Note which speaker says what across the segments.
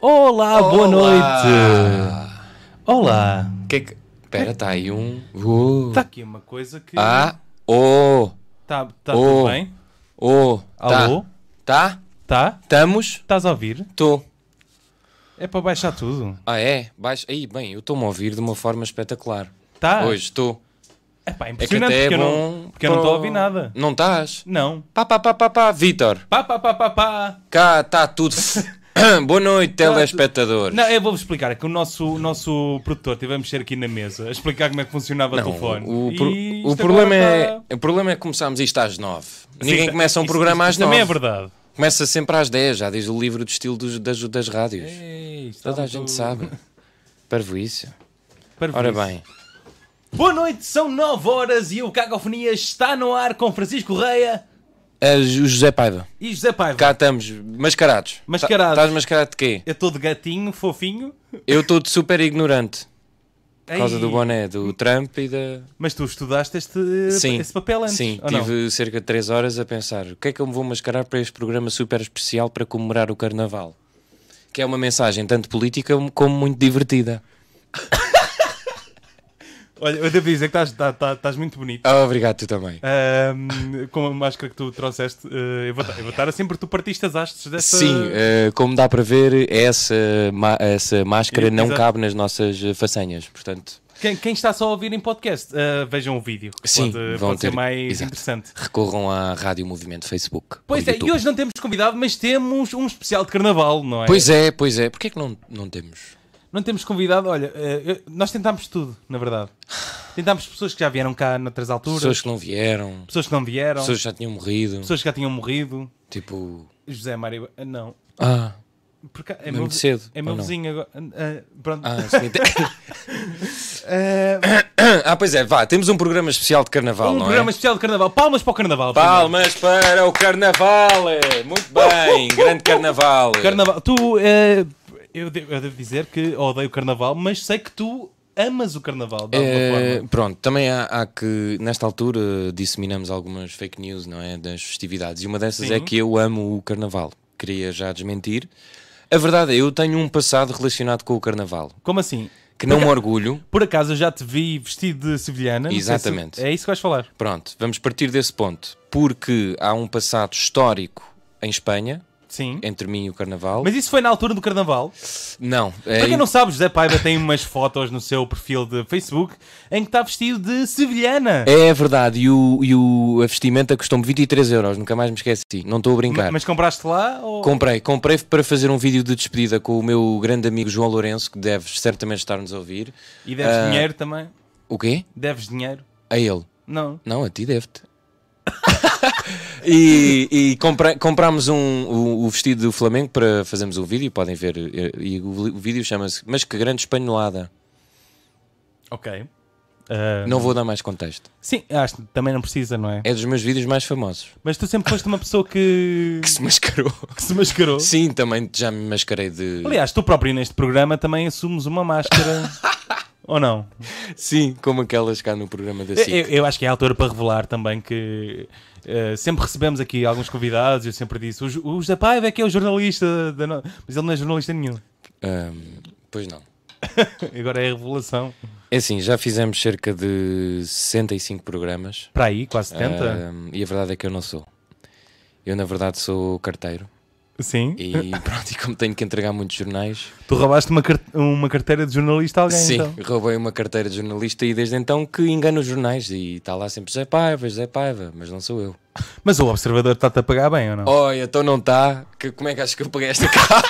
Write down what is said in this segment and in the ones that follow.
Speaker 1: Olá, boa noite. Olá.
Speaker 2: Que é que... Espera, está aí um... Uh.
Speaker 1: Está aqui uma coisa que.
Speaker 2: Ah, oh,
Speaker 1: Está
Speaker 2: Oh.
Speaker 1: tudo bem?
Speaker 2: oh, tá.
Speaker 1: Alô?
Speaker 2: Tá?
Speaker 1: Tá?
Speaker 2: Estamos?
Speaker 1: Estás a ouvir?
Speaker 2: Estou.
Speaker 1: É para baixar tudo.
Speaker 2: Ah, é? Baixa. Aí, bem, eu estou-me a ouvir de uma forma espetacular.
Speaker 1: Tá?
Speaker 2: Hoje estou.
Speaker 1: É pá,
Speaker 2: É que
Speaker 1: impressionante
Speaker 2: até é
Speaker 1: porque, eu
Speaker 2: bom.
Speaker 1: não, porque eu não estou a
Speaker 2: para-
Speaker 1: ouvir nada.
Speaker 2: Não estás?
Speaker 1: Não.
Speaker 2: Pá, pá, pá, pá, pá. Vitor,
Speaker 1: Pá, pá, pá, pá, pá.
Speaker 2: cá está tudo. Boa noite, telespectador.
Speaker 1: Tá Não, eu vou-vos explicar. É que o nosso, o nosso produtor teve a mexer aqui na mesa a explicar como é que funcionava o telefone.
Speaker 2: O,
Speaker 1: E
Speaker 2: pro-
Speaker 1: isto
Speaker 2: o
Speaker 1: agora
Speaker 2: problema é,
Speaker 1: está-
Speaker 2: o problema é que começámos isto às nove. Ninguém
Speaker 1: Sim, tá-
Speaker 2: começa um
Speaker 1: isso-
Speaker 2: programa
Speaker 1: isto
Speaker 2: às nove.
Speaker 1: Também é verdade.
Speaker 2: Começa sempre às dez, já diz o livro de estilo dos- das, das rádios.
Speaker 1: É. Ei, isto
Speaker 2: Toda
Speaker 1: está
Speaker 2: a gente
Speaker 1: muito-
Speaker 2: sabe. Parvoíce.
Speaker 1: Parvo
Speaker 2: Ora
Speaker 1: isso.
Speaker 2: bem,
Speaker 1: Boa noite, são 9 horas e o Cacofonia está no ar com Francisco Reia
Speaker 2: é o José Paiva.
Speaker 1: e José Paiva.
Speaker 2: Cá estamos, mascarados.
Speaker 1: Mascarados.
Speaker 2: Tá- Estás mascarado de quê?
Speaker 1: Eu estou de gatinho, fofinho.
Speaker 2: Eu estou de super ignorante por causa
Speaker 1: Ei,
Speaker 2: do boné do Trump e da.
Speaker 1: Mas tu estudaste este,
Speaker 2: Sim,
Speaker 1: esse papel antes,
Speaker 2: sim,
Speaker 1: ou não?
Speaker 2: tive cerca de 3 horas a pensar o que é que eu me vou mascarar para este programa super especial para comemorar o Carnaval. Que é uma mensagem tanto política como muito divertida.
Speaker 1: Olha, eu devo dizer que estás, tá- tá- estás muito bonito.
Speaker 2: Ah, obrigado, tu também.
Speaker 1: Ahm, com a máscara que tu trouxeste, eh, eu vou ta- eu vou estar a sempre tu partiste as hastes dessa...
Speaker 2: Sim, eh, como dá para ver, essa, ma- essa máscara não
Speaker 1: Exato.
Speaker 2: cabe nas nossas eh, façanhas, portanto,
Speaker 1: Quem, quem está só a ouvir em podcast, eh, vejam o vídeo.
Speaker 2: Sim,
Speaker 1: pode,
Speaker 2: vão
Speaker 1: pode ser
Speaker 2: ter-
Speaker 1: mais
Speaker 2: exato.
Speaker 1: interessante.
Speaker 2: recorram à Rádio Movimento Facebook.
Speaker 1: Pois
Speaker 2: ou
Speaker 1: é,
Speaker 2: YouTube.
Speaker 1: e hoje não temos convidado, mas temos um especial de carnaval, não é?
Speaker 2: Pois é, pois é. Porquê que não, não temos?
Speaker 1: Não temos convidado, olha, eh, eu- nós tentámos tudo, na verdade. Tentámos pessoas que já vieram cá noutras alturas, pessoas,
Speaker 2: Pessoas que não vieram,
Speaker 1: que não vieram, Então. pessoas...
Speaker 2: pessoas que já tinham morrido,
Speaker 1: que já tinham morrido.
Speaker 2: tipo...
Speaker 1: José Mário, ah, não.
Speaker 2: Ah,
Speaker 1: Porque é
Speaker 2: Mesmo
Speaker 1: meu,
Speaker 2: cedo,
Speaker 1: É
Speaker 2: ou
Speaker 1: meu
Speaker 2: não?
Speaker 1: vizinho agora. ah, ah, pronto.
Speaker 2: ah, isso não inter-
Speaker 1: Ah,
Speaker 2: Ah, pois é, vá, temos um programa especial de carnaval,
Speaker 1: um
Speaker 2: não
Speaker 1: programa
Speaker 2: é?
Speaker 1: especial de carnaval. Palmas para o carnaval. primeiro.
Speaker 2: Palmas para o carnaval! é, Muito
Speaker 1: Uh,
Speaker 2: bem, grande carnaval!
Speaker 1: Carnaval. Tu, eh, eu, de- eu devo dizer que odeio o carnaval, mas sei que tu amas o carnaval, de alguma
Speaker 2: Eh,
Speaker 1: forma.
Speaker 2: pronto, também há, há que, nesta altura, disseminamos algumas fake news, não é? Das festividades. E uma dessas
Speaker 1: Sim.
Speaker 2: é que eu amo o carnaval. Queria já desmentir. A verdade é, eu tenho um passado relacionado com o carnaval.
Speaker 1: Como assim?
Speaker 2: Que não me orgulho.
Speaker 1: Por acaso eu já te vi vestido de sevilhana. não sei se-
Speaker 2: Exatamente.
Speaker 1: é isso que vais falar.
Speaker 2: Pronto, vamos partir desse ponto. Porque há um passado histórico em Espanha,
Speaker 1: Sim.
Speaker 2: entre mim e o carnaval.
Speaker 1: Mas isso foi na altura do carnaval.
Speaker 2: Não, é
Speaker 1: Para quem não sabe, José Paiva tem umas fotos no seu perfil de Facebook em que está vestido de sevilhana.
Speaker 2: É verdade, e, o, e o, a vestimenta custou-me 23 euros, nunca mais me esqueci, não estou a
Speaker 1: Ma-
Speaker 2: brincar.
Speaker 1: Mas compraste lá? Ou...
Speaker 2: Comprei, comprei para fazer um vídeo de despedida com o meu grande amigo João Lourenço, que deves certamente estar-nos a ouvir.
Speaker 1: E deves
Speaker 2: Ah.
Speaker 1: dinheiro também?
Speaker 2: O quê?
Speaker 1: Deves dinheiro?
Speaker 2: A ele.
Speaker 1: Não.
Speaker 2: Não, a ti deve-te. e e compra- comprámos um, o, o vestido do Flamengo para fazermos um vídeo, podem ver. E, e o, li- o vídeo chama-se Mas que grande espanholada.
Speaker 1: Ok. Ah,
Speaker 2: Não vou dar mais contexto.
Speaker 1: Sim, acho que também não precisa, não é?
Speaker 2: É dos meus vídeos mais famosos.
Speaker 1: Mas tu sempre foste uma pessoa que,
Speaker 2: Que se mascarou.
Speaker 1: que se mascarou.
Speaker 2: Sim, também já me mascarei de.
Speaker 1: Aliás, tu próprio neste programa também assumes uma máscara. ou não?
Speaker 2: Sim, como aquelas cá no programa da
Speaker 1: Eu,
Speaker 2: SIC.
Speaker 1: eu- eu acho que é a altura para revelar também que eh, sempre recebemos aqui alguns convidados. Eu sempre disse: o, Ju- o José Paiva é que é o jornalista, da no-" mas ele não é jornalista nenhum.
Speaker 2: é. Ahm, pois não.
Speaker 1: Agora é a revelação.
Speaker 2: É assim, já fizemos cerca de 65 programas.
Speaker 1: Para aí, quase 70.
Speaker 2: Ahm, e a verdade é que eu não sou. Eu, na verdade, sou carteiro.
Speaker 1: Sim.
Speaker 2: Ah, E pronto, e como tenho que entregar muitos jornais,
Speaker 1: Tu roubaste uma, car- uma carteira de jornalista a alguém,
Speaker 2: sim,
Speaker 1: então.
Speaker 2: roubei uma carteira de jornalista e desde então que engano os jornais. E está lá sempre Zé Paiva, Zé Paiva, mas não sou eu.
Speaker 1: Mas o observador está-te a pagar bem ou não?
Speaker 2: Olha, então não está. Como é que acho que eu peguei esta capa?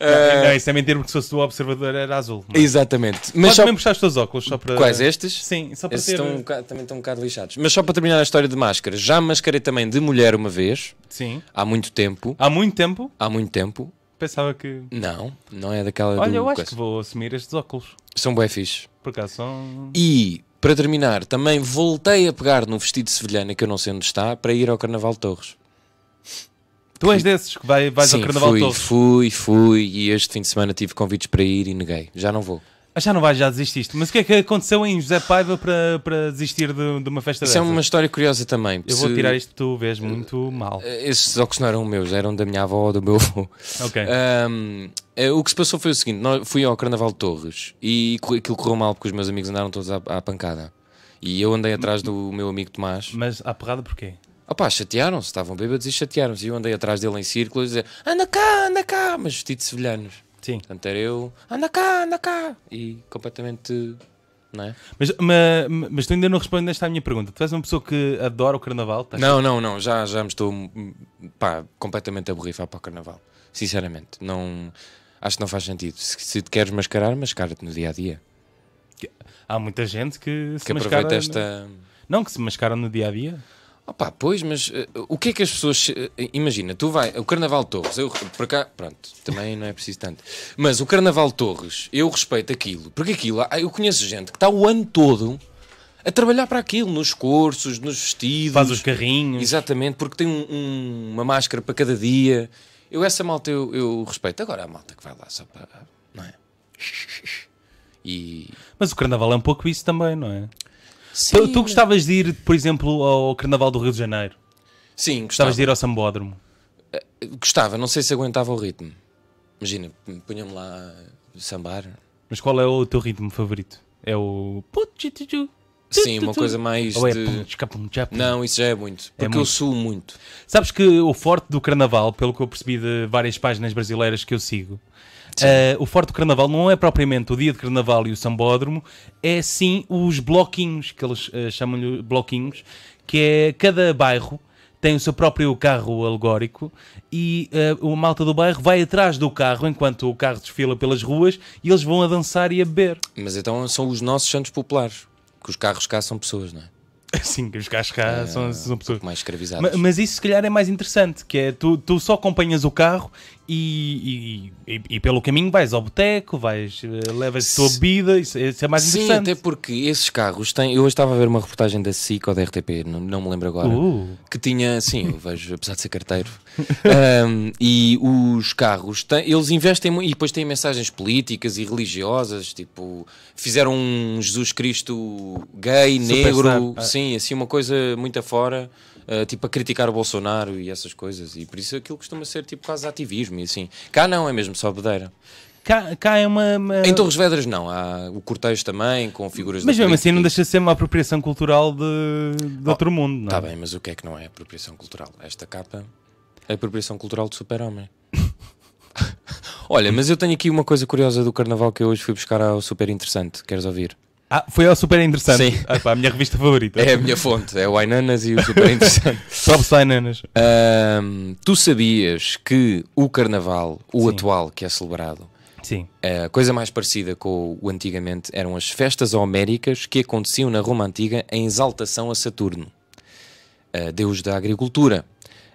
Speaker 2: Ah,
Speaker 1: Não, é? isso é mentira, porque se fosse o observador era azul. Mas,
Speaker 2: exatamente.
Speaker 1: mas
Speaker 2: Mas só...
Speaker 1: também puxar os teus óculos só para.
Speaker 2: Quais estes?
Speaker 1: Sim, só para
Speaker 2: Esses
Speaker 1: ter. eh,
Speaker 2: estão um bocado- também estão um bocado lixados. Mas só para terminar a história de máscaras, já me mascarei também de mulher uma vez,
Speaker 1: Sim.
Speaker 2: há muito tempo.
Speaker 1: Há muito tempo
Speaker 2: Há muito tempo.
Speaker 1: pensava que.
Speaker 2: Não, não é daquela
Speaker 1: Olha,
Speaker 2: do
Speaker 1: eu acho
Speaker 2: coisa.
Speaker 1: que vou assumir estes óculos.
Speaker 2: São bué fixe.
Speaker 1: Por acaso são.
Speaker 2: E, para terminar, também voltei a pegar no vestido de sevilhana, que eu não sei onde está, para ir ao Carnaval de Torres.
Speaker 1: Tu és desses que vai, vais ao
Speaker 2: Sim,
Speaker 1: Carnaval
Speaker 2: fui,
Speaker 1: todo.
Speaker 2: fui, fui, e este fim de semana tive convites para ir e neguei. Já não vou.
Speaker 1: Ah, já não vais, já desististe. Mas o que é que aconteceu em José Paiva para, para desistir de, de uma festa
Speaker 2: Isso é
Speaker 1: dessas?
Speaker 2: uma história curiosa também.
Speaker 1: Eu vou tirar isto que tu vês muito mal.
Speaker 2: Esses óculos não eram meus, eram da minha avó ou do meu avô.
Speaker 1: Ok.
Speaker 2: Ahm, eh, o que se passou foi o seguinte: nós, fui ao Carnaval de Torres e co- aquilo correu mal porque os meus amigos andaram todos à, à pancada. E eu andei atrás do meu amigo Tomás.
Speaker 1: Mas à porrada porquê?
Speaker 2: Opá, chatearam-se, estavam bêbados e chatearam-se. E eu andei atrás dele em círculos a dizer: anda cá, anda cá, mas vestido de sevilhanos.
Speaker 1: Sim.
Speaker 2: Portanto era eu: anda cá, anda cá. E completamente. Não é?
Speaker 1: Mas, ma- ma- mas tu ainda não respondeste à minha pergunta. Tu és uma pessoa que adora o carnaval, tá?
Speaker 2: Não, não, não, já, já me estou hum, pá, completamente a borrifar para o carnaval. Sinceramente, não, acho que não faz sentido. Se, se te queres mascarar, mascara-te no dia a dia.
Speaker 1: Há muita gente que se
Speaker 2: Que
Speaker 1: mascara.
Speaker 2: aproveita esta.
Speaker 1: né? Não, que se mascaram no dia a dia.
Speaker 2: Opá, pois, mas eh, o que é que as pessoas. eh, imagina, tu vai. O Carnaval de Torres, eu. Para cá, pronto, também não é preciso tanto. Mas o Carnaval de Torres, eu respeito aquilo. Porque aquilo, ah, eu conheço gente que está o ano todo a trabalhar para aquilo, nos cursos, nos vestidos.
Speaker 1: Faz os carrinhos.
Speaker 2: Exatamente, porque tem um- um- uma máscara para cada dia. Eu, essa malta, eu, eu respeito. Agora, há a malta que vai lá só para. Não é? E.
Speaker 1: Mas o carnaval é um pouco isso também, não é?
Speaker 2: Sim,
Speaker 1: Tu, tu gostavas de ir, por exemplo, ao carnaval do Rio de Janeiro?
Speaker 2: sim gostava.
Speaker 1: Gostavas de ir ao Sambódromo?
Speaker 2: Gostava, não sei se aguentava o ritmo. Imagina, punham-me lá a sambar.
Speaker 1: Mas qual é o teu ritmo favorito? É o.
Speaker 2: Sim, uma coisa mais
Speaker 1: Ou é
Speaker 2: de-
Speaker 1: pum, tchá, pum, tchá, pum?
Speaker 2: Não, isso já é muito. Porque eu
Speaker 1: muito.
Speaker 2: suo muito.
Speaker 1: Sabes que o forte do carnaval, pelo que eu percebi de várias páginas brasileiras que eu sigo, eh, o forte do carnaval não é propriamente o dia de carnaval e o sambódromo, é sim os bloquinhos, que eles eh, chamam-lhe bloquinhos, que é cada bairro tem o seu próprio carro alegórico e eh, o malta do bairro vai atrás do carro enquanto o carro desfila pelas ruas e eles vão a dançar e a beber.
Speaker 2: Mas então são os nossos santos populares. Que os carros cá são pessoas, não é?
Speaker 1: Sim, os carros cá são, são pessoas.
Speaker 2: Mais escravizados.
Speaker 1: Ma- Mas isso se calhar é mais interessante, que é tu, tu só acompanhas o carro e, e- e- e pelo caminho vais ao boteco, vais, eh, levas a tua bebida, isso, isso é mais
Speaker 2: Sim,
Speaker 1: interessante.
Speaker 2: até porque esses carros têm. Eu hoje estava a ver uma reportagem da SIC ou da RTP, não, não me lembro agora.
Speaker 1: Uh.
Speaker 2: Que tinha, sim, eu vejo, apesar de ser carteiro. Ahm, e os carros, têm- eles investem muito. E depois têm mensagens políticas e religiosas, tipo, fizeram um Jesus Cristo gay,
Speaker 1: Superstar.
Speaker 2: negro,
Speaker 1: Ah.
Speaker 2: sim, assim, uma coisa muito afora. ah, tipo, a criticar o Bolsonaro e essas coisas, e por isso aquilo costuma ser tipo quase ativismo e assim. Cá não, é mesmo só bedeira.
Speaker 1: Cá, cá é uma. uma-
Speaker 2: Em Torres Vedras não, há o cortejo também, com figuras
Speaker 1: Mas
Speaker 2: da
Speaker 1: mesmo assim
Speaker 2: política.
Speaker 1: não deixa de ser uma apropriação cultural de, de outro mundo, não
Speaker 2: Está
Speaker 1: é?
Speaker 2: Oh, bem, mas o que é que não é apropriação cultural? Esta capa é apropriação cultural do super-homem. Olha, mas eu tenho aqui uma coisa curiosa do carnaval que eu hoje fui buscar ao super interessante. Queres ouvir?
Speaker 1: Ah, foi ao super interessante.
Speaker 2: Sim.
Speaker 1: Ah, pá, a minha revista favorita.
Speaker 2: É a minha fonte, é o Ainanas e o super interessante.
Speaker 1: Só sai nanas.
Speaker 2: Ahm, tu sabias que o carnaval, o
Speaker 1: Sim.
Speaker 2: atual que é celebrado,
Speaker 1: Sim.
Speaker 2: a Eh, coisa mais parecida com o antigamente eram as festas homéricas que aconteciam na Roma Antiga em exaltação a Saturno, a deus da agricultura.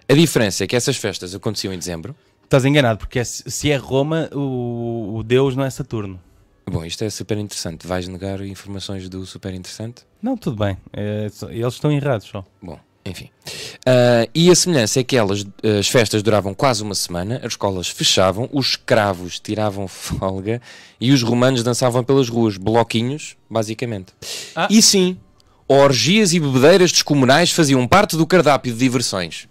Speaker 2: A diferença é que essas festas aconteciam em dezembro.
Speaker 1: Estás enganado, porque é- se é Roma, o, o Deus não é Saturno.
Speaker 2: Bom, isto é super interessante. Vais negar informações do super interessante?
Speaker 1: Não, tudo bem. É, só- eles estão errados só.
Speaker 2: Bom, enfim. Ah, e a semelhança é que elas, as festas duravam quase uma semana, as escolas fechavam, os escravos tiravam folga e os romanos dançavam pelas ruas, bloquinhos, basicamente.
Speaker 1: Ah.
Speaker 2: E sim, orgias e bebedeiras descomunais faziam parte do cardápio de diversões,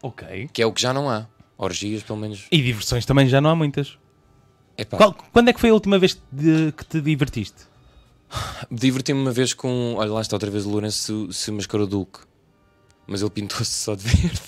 Speaker 1: Ok.
Speaker 2: que é o que já não há. Orgias, pelo menos.
Speaker 1: E diversões também já não há muitas.
Speaker 2: Epá,
Speaker 1: Qual- quando é que foi a última vez de- que te divertiste?
Speaker 2: diverti-me uma vez com. Olha, lá está outra vez o Lourenço se, se mascarou Duque. Mas ele pintou-se só de verde.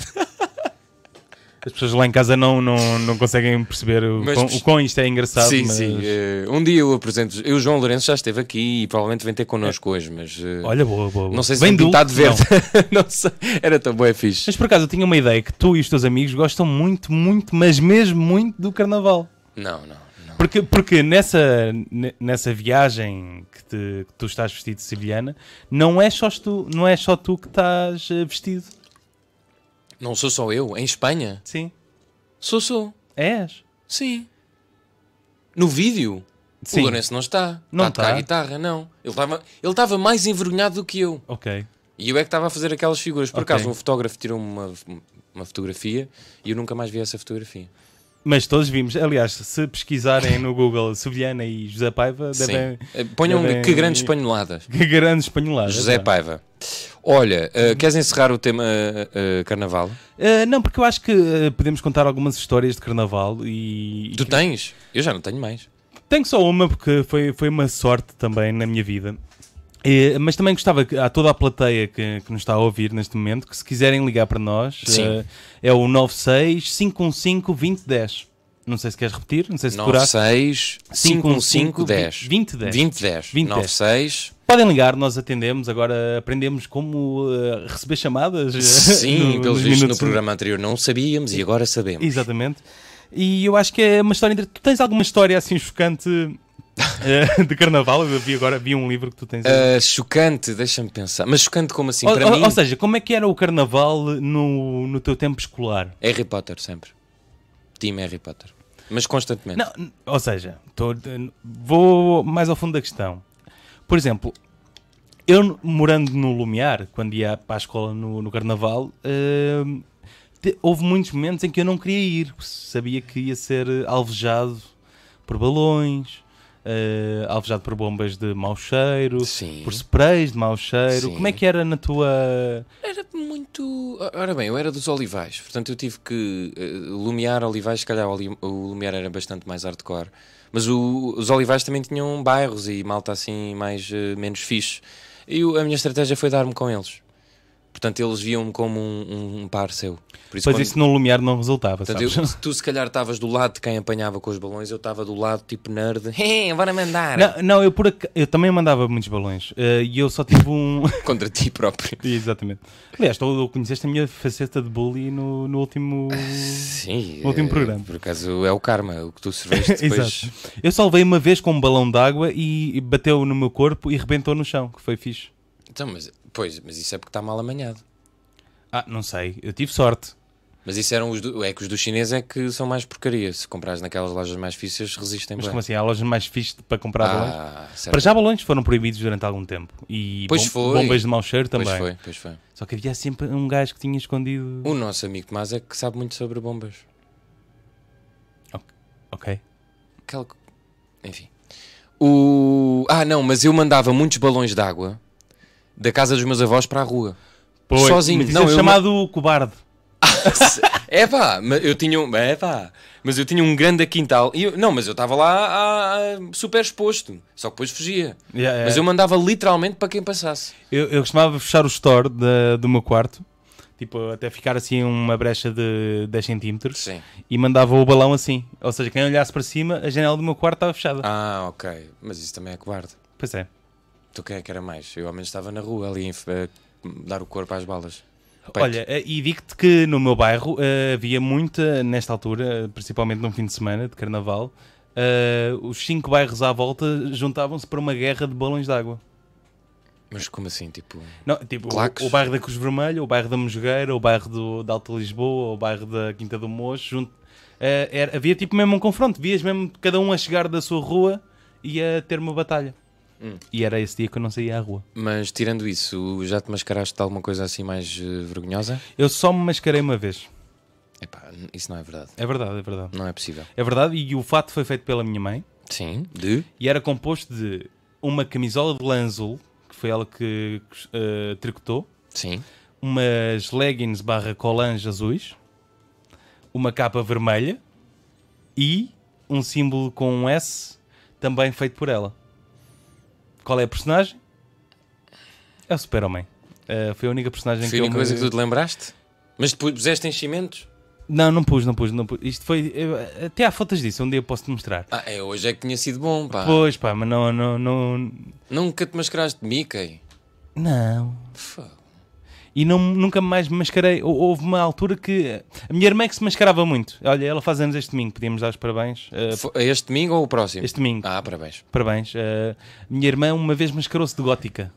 Speaker 1: As pessoas lá em casa não, não, não conseguem perceber o,
Speaker 2: Mas
Speaker 1: quão,
Speaker 2: perce-
Speaker 1: o quão isto é engraçado.
Speaker 2: Sim,
Speaker 1: mas-
Speaker 2: sim. eh, um dia eu apresento. Eu, João Lourenço, já esteve aqui e provavelmente vem ter connosco hoje, mas. eh,
Speaker 1: Olha, boa, boa. boa.
Speaker 2: não sei se
Speaker 1: Vem
Speaker 2: vem
Speaker 1: do-
Speaker 2: pintado de um verde.
Speaker 1: não.
Speaker 2: Não. sei. Era tão bom, é fixe.
Speaker 1: Mas por acaso eu tinha uma ideia que tu e os teus amigos gostam muito, muito, mas mesmo muito do carnaval.
Speaker 2: Não, não, não.
Speaker 1: Porque, porque nessa, ne- nessa viagem que, te- que tu estás vestido de sevilhana, não é só tu, não é só tu que estás eh, vestido.
Speaker 2: Não sou só eu. Em Espanha?
Speaker 1: Sim. É,
Speaker 2: Sou, sou.
Speaker 1: És.
Speaker 2: Sim. No vídeo?
Speaker 1: Sim.
Speaker 2: O Lourenço não está.
Speaker 1: Não
Speaker 2: está a tocar
Speaker 1: está.
Speaker 2: guitarra, não. Ele estava ele estava mais envergonhado do que eu.
Speaker 1: Ok.
Speaker 2: E eu é que estava a fazer aquelas figuras. Por
Speaker 1: Ok.
Speaker 2: acaso, um fotógrafo tirou uma, uma fotografia e eu nunca mais vi essa fotografia.
Speaker 1: Mas todos vimos. Aliás, se pesquisarem no Google Sevilhana e José Paiva,
Speaker 2: Sim.
Speaker 1: devem.
Speaker 2: Eh, Ponham
Speaker 1: devem-
Speaker 2: que grande espanholada.
Speaker 1: Que grande espanholada.
Speaker 2: José
Speaker 1: pá.
Speaker 2: Paiva. Olha, eh, queres encerrar o tema eh, eh, carnaval?
Speaker 1: Ah, não, porque eu acho que ah, podemos contar algumas histórias de carnaval e.
Speaker 2: Tu tens? Eu já não tenho mais.
Speaker 1: Tenho só uma porque foi, foi uma sorte também na minha vida. Eh, mas também gostava que, a toda a plateia que, que nos está a ouvir neste momento que se quiserem ligar para nós
Speaker 2: Sim.
Speaker 1: eh, é o 96 515 2010. Não sei se queres repetir, não sei se decoraste.
Speaker 2: 96 515 10
Speaker 1: 20 10.
Speaker 2: 20 10
Speaker 1: 20
Speaker 2: 96
Speaker 1: Podem ligar, nós atendemos. Agora aprendemos como eh, receber chamadas. eh,
Speaker 2: Sim,
Speaker 1: no-
Speaker 2: pelos
Speaker 1: nos
Speaker 2: vistos no
Speaker 1: minutos-
Speaker 2: programa anterior não sabíamos e agora sabemos.
Speaker 1: Exatamente. E eu acho que é uma história. inter- Tu tens alguma história assim chocante eh, de carnaval? Eu vi agora vi um livro que tu tens. aí.
Speaker 2: Ah, chocante, deixa-me pensar. Mas chocante como assim?
Speaker 1: ou,
Speaker 2: Para
Speaker 1: ou-
Speaker 2: mim,
Speaker 1: ou seja, como é que era o carnaval no, no teu tempo escolar?
Speaker 2: é Harry Potter sempre. Time Harry Potter. Mas constantemente.
Speaker 1: Não, n- ou seja, tô- vou mais ao fundo da questão. Por exemplo, eu morando no Lumiar, quando ia para a escola no, no carnaval, hum, te- houve muitos momentos em que eu não queria ir. Sabia que ia ser eh, alvejado por balões, eh, alvejado por bombas de mau cheiro,
Speaker 2: Sim.
Speaker 1: por sprays de mau cheiro.
Speaker 2: Sim.
Speaker 1: Como é que era na tua.
Speaker 2: Era muito. ah, Ora bem, eu era dos Olivais, portanto eu tive que. eh, Lumiar, Olivais, se calhar o Oli- o Lumiar era bastante mais hardcore. Mas o- os Olivais também tinham bairros e malta assim mais eh, menos fixe. E o- a minha estratégia foi dar-me com eles. Portanto eles viam-me como um, um par seu. Por
Speaker 1: Pois
Speaker 2: quando-
Speaker 1: isso no Lumiar não resultava,
Speaker 2: Portanto,
Speaker 1: sabes?
Speaker 2: eu- se tu se calhar estavas do lado de quem apanhava com os balões, eu estava do lado tipo nerd. Hey, bora mandar!
Speaker 1: Não, não, eu, por aca- eu também mandava muitos balões eh, e eu só tive um.
Speaker 2: Contra ti próprio.
Speaker 1: Exatamente. Aliás, tu conheceste a minha faceta de bully no, no último.
Speaker 2: Sim.
Speaker 1: No último
Speaker 2: eh,
Speaker 1: programa.
Speaker 2: Por acaso é o karma, o que tu serveste depois.
Speaker 1: Exato. Eu salvei uma vez com um balão d'água e bateu no meu corpo e rebentou no chão, que foi fixe.
Speaker 2: Então, mas, pois, mas isso é porque está mal amanhado.
Speaker 1: Ah, não sei, eu tive sorte.
Speaker 2: Mas isso eram os do, é que os dos chineses é que são mais porcaria. Se comprares naquelas lojas mais fixas, resistem
Speaker 1: Mas
Speaker 2: bem.
Speaker 1: como assim? Há lojas mais fixe para comprar balões?
Speaker 2: Ah, certo.
Speaker 1: Para já, balões foram proibidos durante algum tempo. E
Speaker 2: Pois
Speaker 1: bom-
Speaker 2: foi.
Speaker 1: bombas de mau cheiro também.
Speaker 2: Pois foi, pois foi.
Speaker 1: Só que havia sempre um gajo que tinha escondido.
Speaker 2: O nosso amigo Tomás é que sabe muito sobre bombas.
Speaker 1: Ok.
Speaker 2: Aquela... co- Enfim. O... Ah, não, mas eu mandava muitos balões de água da casa dos meus avós para a rua. Sozinho.
Speaker 1: Mas isso
Speaker 2: Não,
Speaker 1: é
Speaker 2: eu
Speaker 1: chamado cobarde.
Speaker 2: é pá, mas eu tinha um, é pá, mas eu tinha um grande quintal. E eu- não, mas eu estava lá ah, ah, super exposto. Só que depois fugia.
Speaker 1: Yeah, yeah.
Speaker 2: Mas eu mandava literalmente para quem passasse.
Speaker 1: Eu, eu costumava fechar o store da- do meu quarto, tipo, até ficar assim uma brecha de 10 centímetros
Speaker 2: Sim.
Speaker 1: e mandava o balão assim. Ou seja, quem olhasse para cima, a janela do meu quarto estava fechada.
Speaker 2: Ah, ok. Mas isso também é cobarde.
Speaker 1: Pois é.
Speaker 2: Tu quem é que era mais? Eu ao menos estava na rua ali a dar o corpo às balas. Peito.
Speaker 1: Olha, eh, e digo-te que no meu bairro eh, havia muita, nesta altura, eh, principalmente num fim de semana de carnaval, eh, os cinco bairros à volta juntavam-se para uma guerra de balões de água.
Speaker 2: Mas como assim? Tipo,
Speaker 1: Não, tipo,
Speaker 2: Claques.
Speaker 1: o, o bairro da Cruz Vermelha, o bairro da Mosgueira, o bairro do, da Alta Lisboa, o bairro da Quinta do Mocho, junto- eh, era- havia tipo mesmo um confronto, vias mesmo cada um a chegar da sua rua e a ter uma batalha.
Speaker 2: Hum.
Speaker 1: E era esse dia que eu não saía à rua.
Speaker 2: mas tirando isso, já te mascaraste de alguma coisa assim mais eh, vergonhosa?
Speaker 1: Eu só me mascarei uma vez.
Speaker 2: Epá, n- isso não é verdade.
Speaker 1: É verdade, é verdade.
Speaker 2: Não é possível.
Speaker 1: É verdade, e o fato foi feito pela minha mãe
Speaker 2: Sim. De?
Speaker 1: e era composto de uma camisola de lã azul, que foi ela que eh, tricotou,
Speaker 2: Sim.
Speaker 1: umas leggings barra colange azuis, uma capa vermelha e um símbolo com um S também feito por ela. Qual é a personagem? É o Super-Homem. Ah, foi a única personagem
Speaker 2: Foi
Speaker 1: que
Speaker 2: a única
Speaker 1: eu...
Speaker 2: coisa que tu te lembraste? Mas depois puseste enchimentos?
Speaker 1: Não, não pus, não pus, não pus. Isto foi... eu- até há fotos disso, um dia eu posso-te mostrar.
Speaker 2: Ah, é, hoje é que tinha sido bom, pá.
Speaker 1: Pois pá, mas não... Não... Não...
Speaker 2: Nunca te mascaraste de Mickey.
Speaker 1: não.
Speaker 2: Fogo.
Speaker 1: E não, nunca mais me mascarei. Hou- Houve uma altura que... A minha irmã é que se mascarava muito. Olha, ela faz anos este domingo. Podíamos dar os parabéns. ah,
Speaker 2: Fo- é Este domingo ou o próximo?
Speaker 1: este domingo.
Speaker 2: Ah, parabéns.
Speaker 1: Parabéns. Eh, minha irmã uma vez mascarou-se de gótica.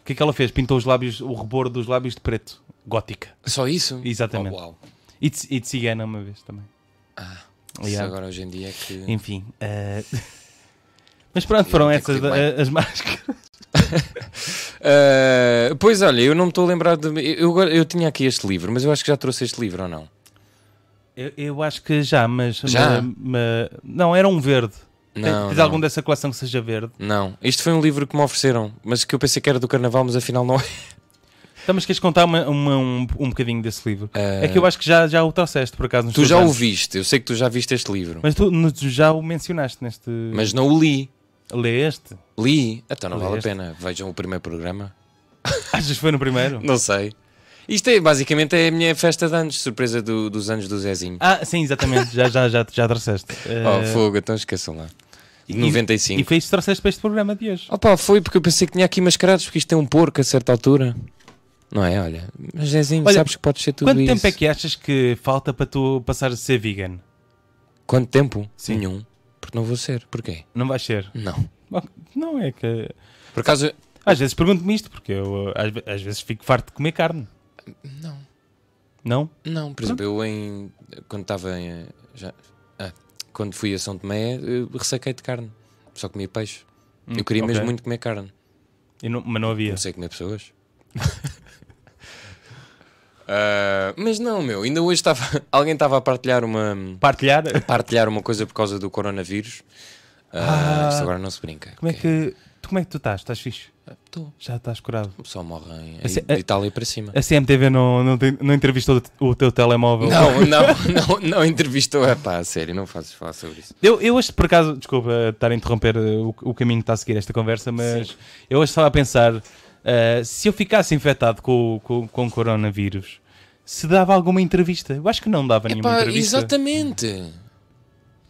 Speaker 1: O que é que ela fez? Pintou os lábios, o rebordo dos lábios de preto. Gótica.
Speaker 2: Só isso?
Speaker 1: Exatamente.
Speaker 2: Oh, uau.
Speaker 1: E de, e de cigana uma vez também.
Speaker 2: Ah, isso
Speaker 1: Yeah.
Speaker 2: agora hoje em dia é que.
Speaker 1: Enfim. eh, Mas pronto, foram
Speaker 2: Eu tenho
Speaker 1: essas
Speaker 2: que ir
Speaker 1: eh, as máscaras.
Speaker 2: Ah, pois olha, eu não me estou a lembrar de. Eu, agora- eu tinha aqui este livro, mas eu acho que já trouxe este livro ou não?
Speaker 1: Eu, eu acho que já, mas.
Speaker 2: Já?
Speaker 1: ma- ma- não, era um verde. Tem-
Speaker 2: Não,
Speaker 1: Tens
Speaker 2: não.
Speaker 1: algum dessa coleção que seja verde?
Speaker 2: Não, isto foi um livro que me ofereceram, mas que eu pensei que era do Carnaval, mas afinal não é.
Speaker 1: Então, mas queres contar uma- uma- um, um bocadinho desse livro? É que eu acho que já, já o trouxeste, por acaso. nos
Speaker 2: Ah. Tu
Speaker 1: teus
Speaker 2: já o
Speaker 1: anos.
Speaker 2: viste, eu sei que tu já viste este livro,
Speaker 1: Mas
Speaker 2: mas,
Speaker 1: tu, no- tu já o mencionaste neste.
Speaker 2: não o li.
Speaker 1: Leste?
Speaker 2: Li, então não vale a
Speaker 1: Leste.
Speaker 2: pena. Vejam o primeiro programa.
Speaker 1: Achas que foi no primeiro?
Speaker 2: Não sei. Isto é basicamente é a minha festa de anos, surpresa do- dos anos do Zezinho.
Speaker 1: Ah, sim, exatamente. Já, já, já, já trouxeste.
Speaker 2: Oh,
Speaker 1: Eh,
Speaker 2: fogo, então esqueçam lá.
Speaker 1: e-
Speaker 2: 95.
Speaker 1: E foi isso que trouxeste para este programa de hoje.
Speaker 2: Opa, foi porque eu pensei que tinha aqui mascarados, porque isto tem um porco a certa altura. Não é? Olha, mas Zezinho,
Speaker 1: Olha,
Speaker 2: sabes que podes ser tudo
Speaker 1: Quanto
Speaker 2: isso.
Speaker 1: tempo é que achas que falta para tu passares a ser vegan?
Speaker 2: Quanto tempo?
Speaker 1: Sim.
Speaker 2: Nenhum. Porque não vou ser. Porquê?
Speaker 1: Não vais ser?
Speaker 2: Não.
Speaker 1: Bom, Não é que.
Speaker 2: Por acaso,
Speaker 1: Às vezes pergunto-me isto, porque eu eh, às, ve- às vezes fico farto de comer carne.
Speaker 2: não.
Speaker 1: Não?
Speaker 2: Não, por exemplo, eu em... Quando estava em... Já... Ah, quando fui a São Tomé, eu ressaquei de carne. Só comia peixe. eu queria
Speaker 1: ok.
Speaker 2: mesmo muito comer carne.
Speaker 1: E não- mas não havia.
Speaker 2: Não sei comer pessoas. Ah, mas não, meu. Ainda hoje estava... Alguém estava a partilhar uma...
Speaker 1: Partilhar?
Speaker 2: partilhar uma coisa por causa do coronavírus. Ah,
Speaker 1: Ah.
Speaker 2: isto agora não se brinca. Ah,
Speaker 1: Como é que. Tu, como é que tu estás? Estás fixe?
Speaker 2: Estou.
Speaker 1: Já estás curado?
Speaker 2: O pessoal morre em,
Speaker 1: A se-
Speaker 2: em Itália para cima.
Speaker 1: A CMTV não, não, te- não entrevistou o teu telemóvel?
Speaker 2: Não, não, não, não entrevistou. Ah, pá, a sério, não faças falar sobre isso.
Speaker 1: Eu, eu hoje, por acaso, desculpa eh, estar a interromper eh, o, o caminho que está a seguir esta conversa, mas eu hoje estava a pensar eh, se eu ficasse infectado com, o- com, com o coronavírus, se dava alguma entrevista. Eu acho que não dava nenhuma
Speaker 2: Epá,
Speaker 1: entrevista.
Speaker 2: exatamente.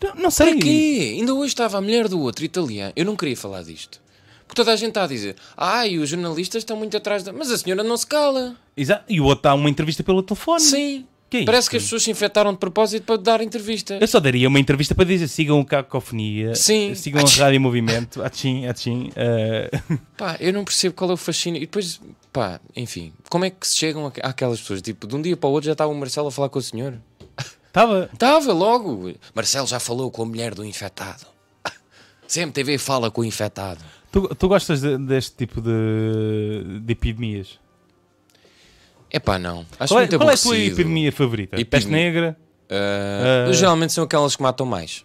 Speaker 1: Não, não sei.
Speaker 2: Para quê? Ainda hoje estava a mulher do outro italiano. Eu não queria falar disto. Porque toda a gente está a dizer, ai, os jornalistas estão muito atrás da. Mas a senhora não se cala.
Speaker 1: Exa- E o outro dá uma entrevista pelo telefone.
Speaker 2: Sim.
Speaker 1: Que é
Speaker 2: Parece
Speaker 1: isso?
Speaker 2: que as pessoas se infectaram de propósito para dar entrevista.
Speaker 1: Eu só daria uma entrevista para dizer sigam o Cacofonia,
Speaker 2: Sim.
Speaker 1: sigam
Speaker 2: Atchim.
Speaker 1: a Rádio Movimento, atchim, atchim. eh,
Speaker 2: Pá, eu não percebo qual é o fascínio. E depois, pá, enfim, como é que se chegam àque- àquelas pessoas? Tipo, de um dia para o outro já estava o Marcelo a falar com o senhor.
Speaker 1: Estava.
Speaker 2: Estava logo. Marcelo já falou com a mulher do infectado. CMTV fala com o infectado.
Speaker 1: Tu, tu gostas de- deste tipo de, de epidemias?
Speaker 2: É pá, não. Acho
Speaker 1: Qual é,
Speaker 2: muito
Speaker 1: qual é a tua
Speaker 2: aborrecido.
Speaker 1: epidemia favorita?
Speaker 2: Epidemia.
Speaker 1: Peste negra?
Speaker 2: Ah,
Speaker 1: Ah.
Speaker 2: Geralmente são aquelas que matam mais.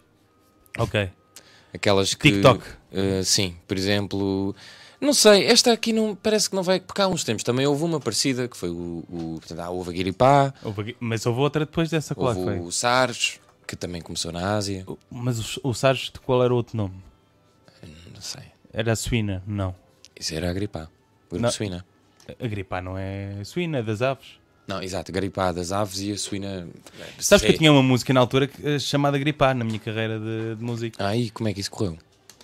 Speaker 1: Ok.
Speaker 2: Aquelas que.
Speaker 1: TikTok.
Speaker 2: Ah, sim, por exemplo. Não sei, esta aqui não, parece que não vai. Porque há uns tempos também houve uma parecida que foi o. o portanto, há- houve a Guiripá,
Speaker 1: Houve aqui- Mas houve outra depois dessa, qual é que
Speaker 2: houve
Speaker 1: foi?
Speaker 2: o SARS, que também começou na Ásia.
Speaker 1: Mas o, o SARS, de qual era o outro nome?
Speaker 2: Não sei.
Speaker 1: Era a suína? Não.
Speaker 2: Isso era a gripar. Grupo
Speaker 1: Não.
Speaker 2: suína.
Speaker 1: A a gripe A não é suína, é das aves.
Speaker 2: Não, exato, gripar das aves e a suína.
Speaker 1: Sabes que
Speaker 2: É.
Speaker 1: eu tinha uma música na altura que- eh, chamada Gripe A na minha carreira de, de música.
Speaker 2: Ai, como é que isso correu?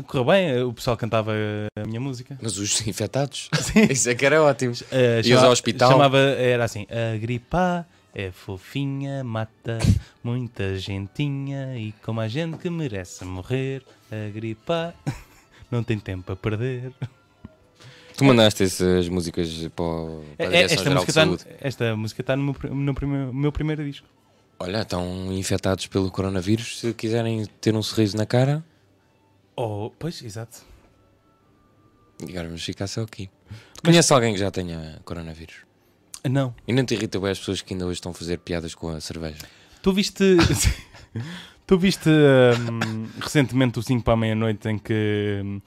Speaker 1: Correu bem, eh, o pessoal cantava eh, a minha música.
Speaker 2: Mas os infectados? isso é que era ótimo.
Speaker 1: Eh,
Speaker 2: Ias ao hospital?
Speaker 1: Chamava, era assim, a gripe A é fofinha, mata muita gentinha e como a gente que merece morrer, a gripe A não tem tempo a perder.
Speaker 2: Tu mandaste essas músicas para, o- para a
Speaker 1: É, é,
Speaker 2: Direção
Speaker 1: esta,
Speaker 2: Geral
Speaker 1: música
Speaker 2: de
Speaker 1: está,
Speaker 2: Saúde.
Speaker 1: esta música está no, meu, pr- no primeiro- meu primeiro disco.
Speaker 2: Olha, estão infectados pelo coronavírus. Se quiserem ter um sorriso na cara,
Speaker 1: Oh, pois, exato.
Speaker 2: agora vamos ficar só aqui. Conhece alguém que já tenha coronavírus?
Speaker 1: Não.
Speaker 2: E não te irrita bem as pessoas que ainda hoje estão a fazer piadas com a cerveja?
Speaker 1: Tu viste. tu viste hum, recentemente o 5 para a meia-noite em que hum,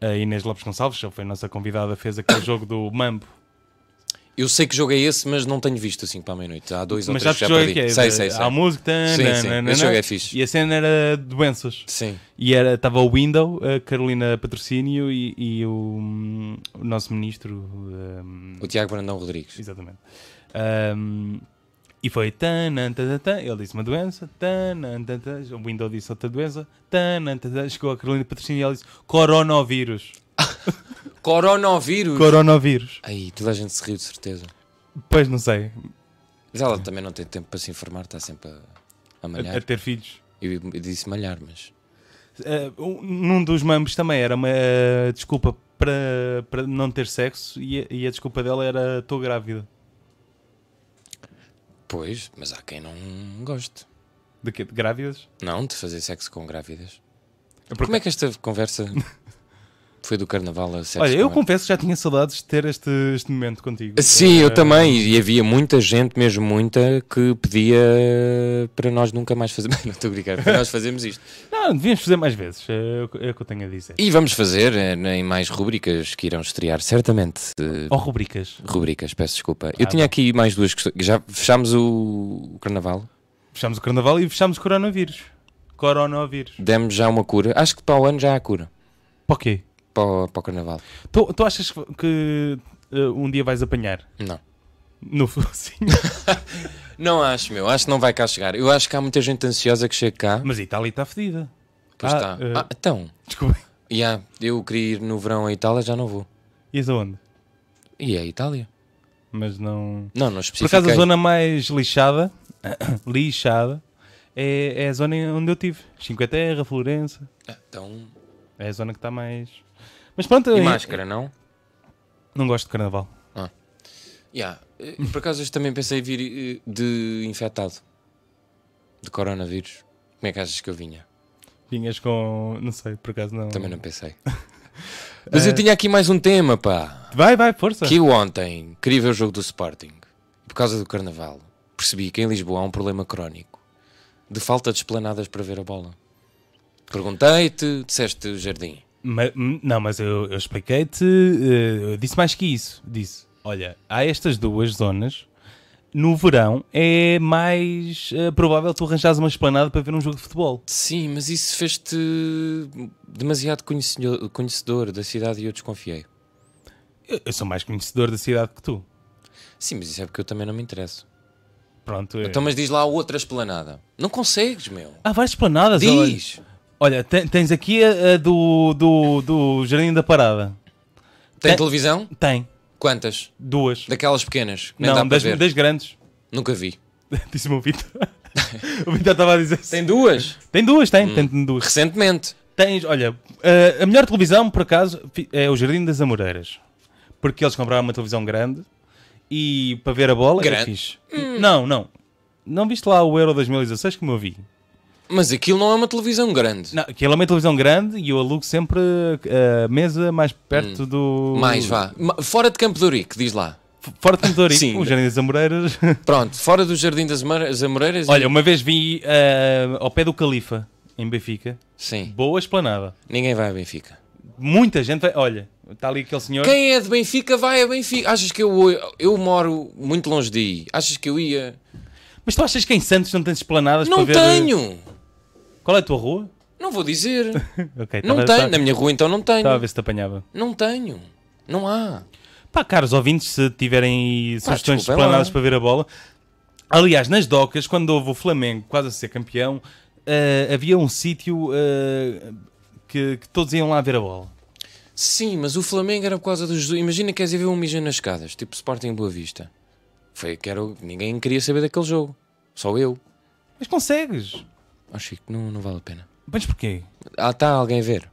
Speaker 1: a Inês Lopes Gonçalves, que foi a nossa convidada, fez aquele jogo do Mambo.
Speaker 2: Eu sei que jogo é esse, mas não tenho visto assim para a meia-noite. Há dois ou
Speaker 1: Mas
Speaker 2: três
Speaker 1: sabes que jogo é que é?
Speaker 2: Sei, sei, sei.
Speaker 1: Há música. tan,
Speaker 2: Sim,
Speaker 1: nan,
Speaker 2: sim.
Speaker 1: nan,
Speaker 2: Esse
Speaker 1: nan,
Speaker 2: jogo é
Speaker 1: nan.
Speaker 2: fixe.
Speaker 1: E a cena era doenças.
Speaker 2: Sim.
Speaker 1: E era- estava o Window, a Carolina Patrocínio e, e o, hum, o nosso ministro. hum,
Speaker 2: O Tiago Brandão Rodrigues.
Speaker 1: Exatamente. Ahm, e foi tanan, tan, tan, tan. ele disse uma doença, tanan, tan, tan. o Windows disse outra doença, tanan, tan, tan. chegou a Carolina Patrocínio e ela disse coronavírus.
Speaker 2: Coronavírus!
Speaker 1: Coronavírus.
Speaker 2: Ai, toda a gente se riu de certeza.
Speaker 1: Pois não sei,
Speaker 2: Mas ela também não tem tempo para se informar, está sempre a, a
Speaker 1: a, a
Speaker 2: malhar.
Speaker 1: ter filhos.
Speaker 2: Eu, eu disse malhar, mas.
Speaker 1: Ah, um- num dos mambos também era uma ah, desculpa para, para não ter sexo e a, e a desculpa dela era estou grávida.
Speaker 2: Pois, mas há quem não goste.
Speaker 1: De quê? De grávidas?
Speaker 2: Não, de fazer sexo com grávidas. é
Speaker 1: Porque-
Speaker 2: Como é que esta conversa. Foi do carnaval a sexo.
Speaker 1: Olha, eu
Speaker 2: também.
Speaker 1: confesso que já tinha saudades de ter este, este momento contigo.
Speaker 2: Sim,
Speaker 1: Eh,
Speaker 2: eu também. E havia muita gente, mesmo muita, que pedia para nós nunca mais fazermos. Não estou a brincar, para nós fazermos isto.
Speaker 1: Não, devíamos fazer mais vezes, é o que- é o que eu tenho a dizer.
Speaker 2: E vamos fazer eh, em mais rubricas que irão estrear, certamente. eh,
Speaker 1: Ou Oh, rubricas.
Speaker 2: Rubricas, peço desculpa. Eu
Speaker 1: Ah,
Speaker 2: tinha aqui mais duas questões. Já fechámos o o carnaval,
Speaker 1: Fechámos o carnaval e fechámos o coronavírus. Coronavírus.
Speaker 2: demos já uma cura. Acho que para o ano já há cura.
Speaker 1: Para o quê?
Speaker 2: Para o, para o carnaval.
Speaker 1: Tu, tu achas que- que eh, um dia vais apanhar?
Speaker 2: Não.
Speaker 1: No sim.
Speaker 2: Não acho, meu. Acho que não vai cá chegar. Eu acho que há muita gente ansiosa que chega cá.
Speaker 1: Mas a Itália está fedida.
Speaker 2: Pois
Speaker 1: Ah,
Speaker 2: está.
Speaker 1: eh.
Speaker 2: Ah, então.
Speaker 1: Desculpa.
Speaker 2: Yeah, eu queria ir no verão à Itália, já não vou.
Speaker 1: Ias aonde?
Speaker 2: E é a Itália?
Speaker 1: Mas não.
Speaker 2: Não, não
Speaker 1: Por
Speaker 2: especifiquei.
Speaker 1: acaso, a zona mais lixada, lixada, é, é a zona onde eu tive. Cinque Terra, Florença.
Speaker 2: Ah, Então,
Speaker 1: É a zona que está mais. Mas pronto,
Speaker 2: e
Speaker 1: eu-
Speaker 2: máscara, não?
Speaker 1: não gosto de carnaval.
Speaker 2: Yeah. Eh, Por acaso hoje também pensei em vir eh, de infectado. De coronavírus. Como é que achas que eu vinha?
Speaker 1: Vinhas com. Não sei, por acaso não.
Speaker 2: Também não pensei. Mas
Speaker 1: Eh,
Speaker 2: eu tinha aqui mais um tema, pá.
Speaker 1: Vai, vai, força.
Speaker 2: Que eu ontem queria ver o jogo do Sporting. Por causa do Carnaval, percebi que em Lisboa há um problema crónico. De falta de esplanadas para ver a bola. Perguntei-te, disseste jardim.
Speaker 1: Ma- m- não, mas eu, eu expliquei-te, eh, eu disse mais que isso. Disse: olha, há estas duas zonas. No verão é mais eh, provável tu arranjares uma esplanada para ver um jogo de futebol.
Speaker 2: Sim, mas isso fez-te demasiado conhecedor, conhecedor da cidade e eu desconfiei.
Speaker 1: Eu, eu sou mais conhecedor da cidade que tu.
Speaker 2: Sim, mas isso é porque eu também não me interesso.
Speaker 1: Pronto. é- Ah, eu-
Speaker 2: Então, mas diz lá outra esplanada. Não consegues, meu.
Speaker 1: Há várias planadas. olha.
Speaker 2: Diz!
Speaker 1: Olha, te- tens aqui a, a do, do, do Jardim da Parada.
Speaker 2: Tem
Speaker 1: Tem-
Speaker 2: televisão?
Speaker 1: Tem.
Speaker 2: Quantas?
Speaker 1: Duas.
Speaker 2: Daquelas pequenas? que Nem dá
Speaker 1: não,
Speaker 2: para
Speaker 1: das,
Speaker 2: ver.
Speaker 1: das grandes.
Speaker 2: Nunca vi.
Speaker 1: Disse-me o Vitor. o Vitor estava a dizer assim.
Speaker 2: Tem duas?
Speaker 1: Tem duas, tem. Tem duas.
Speaker 2: Recentemente.
Speaker 1: Tens, olha, eh, a melhor televisão, por acaso, fi- é o Jardim das Amoreiras. Porque eles compraram uma televisão grande e para ver a bola era
Speaker 2: Grande?
Speaker 1: fixe. Não, não. Não viste lá o Euro 2016 que me ouvi?
Speaker 2: Mas aquilo não é uma televisão grande.
Speaker 1: Não, aquilo é uma televisão grande e eu alugo sempre eh, a mesa mais perto do.
Speaker 2: Hum. Mais vá. Ma- Fora de Campo de Ourique, diz lá.
Speaker 1: F- Fora de Motorico,
Speaker 2: Sim.
Speaker 1: o Jardim das Amoreiras.
Speaker 2: Pronto, fora do Jardim das Amare- as Amoreiras. e-
Speaker 1: olha, uma vez vi eh, ao pé do Califa, em Benfica.
Speaker 2: Sim,
Speaker 1: Boa esplanada.
Speaker 2: ninguém vai a Benfica.
Speaker 1: Muita gente vai. Olha, está ali aquele senhor.
Speaker 2: Quem é de Benfica vai a Benfica. Achas que eu, eu moro muito longe de aí? Achas que eu ia?
Speaker 1: Mas tu achas que em Santos não tens esplanadas para
Speaker 2: Não
Speaker 1: ver? eh,
Speaker 2: tenho!
Speaker 1: Qual é a tua rua?
Speaker 2: Não vou dizer.
Speaker 1: Ok,
Speaker 2: Não
Speaker 1: tava-
Speaker 2: tenho.
Speaker 1: tava-
Speaker 2: Na minha rua então não tenho.
Speaker 1: Estava a ver se te apanhava.
Speaker 2: Não tenho. Não há.
Speaker 1: Pá, caros ouvintes, se tiverem aí sugestões de
Speaker 2: desculpem Ah, é lá.
Speaker 1: esplanadas para ver a bola. Aliás, nas docas, quando houve o Flamengo quase a ser campeão, eh, havia um sítio eh, que, que todos iam lá ver a bola.
Speaker 2: Sim, mas o Flamengo era por causa dos. Imagina que és a ver um mijo nas escadas, tipo Sporting Boa Vista. Foi que era... o- ninguém queria saber daquele jogo. Só eu.
Speaker 1: Mas consegues.
Speaker 2: Acho que não, não vale a pena.
Speaker 1: Mas porquê?
Speaker 2: Ah, está alguém a ver.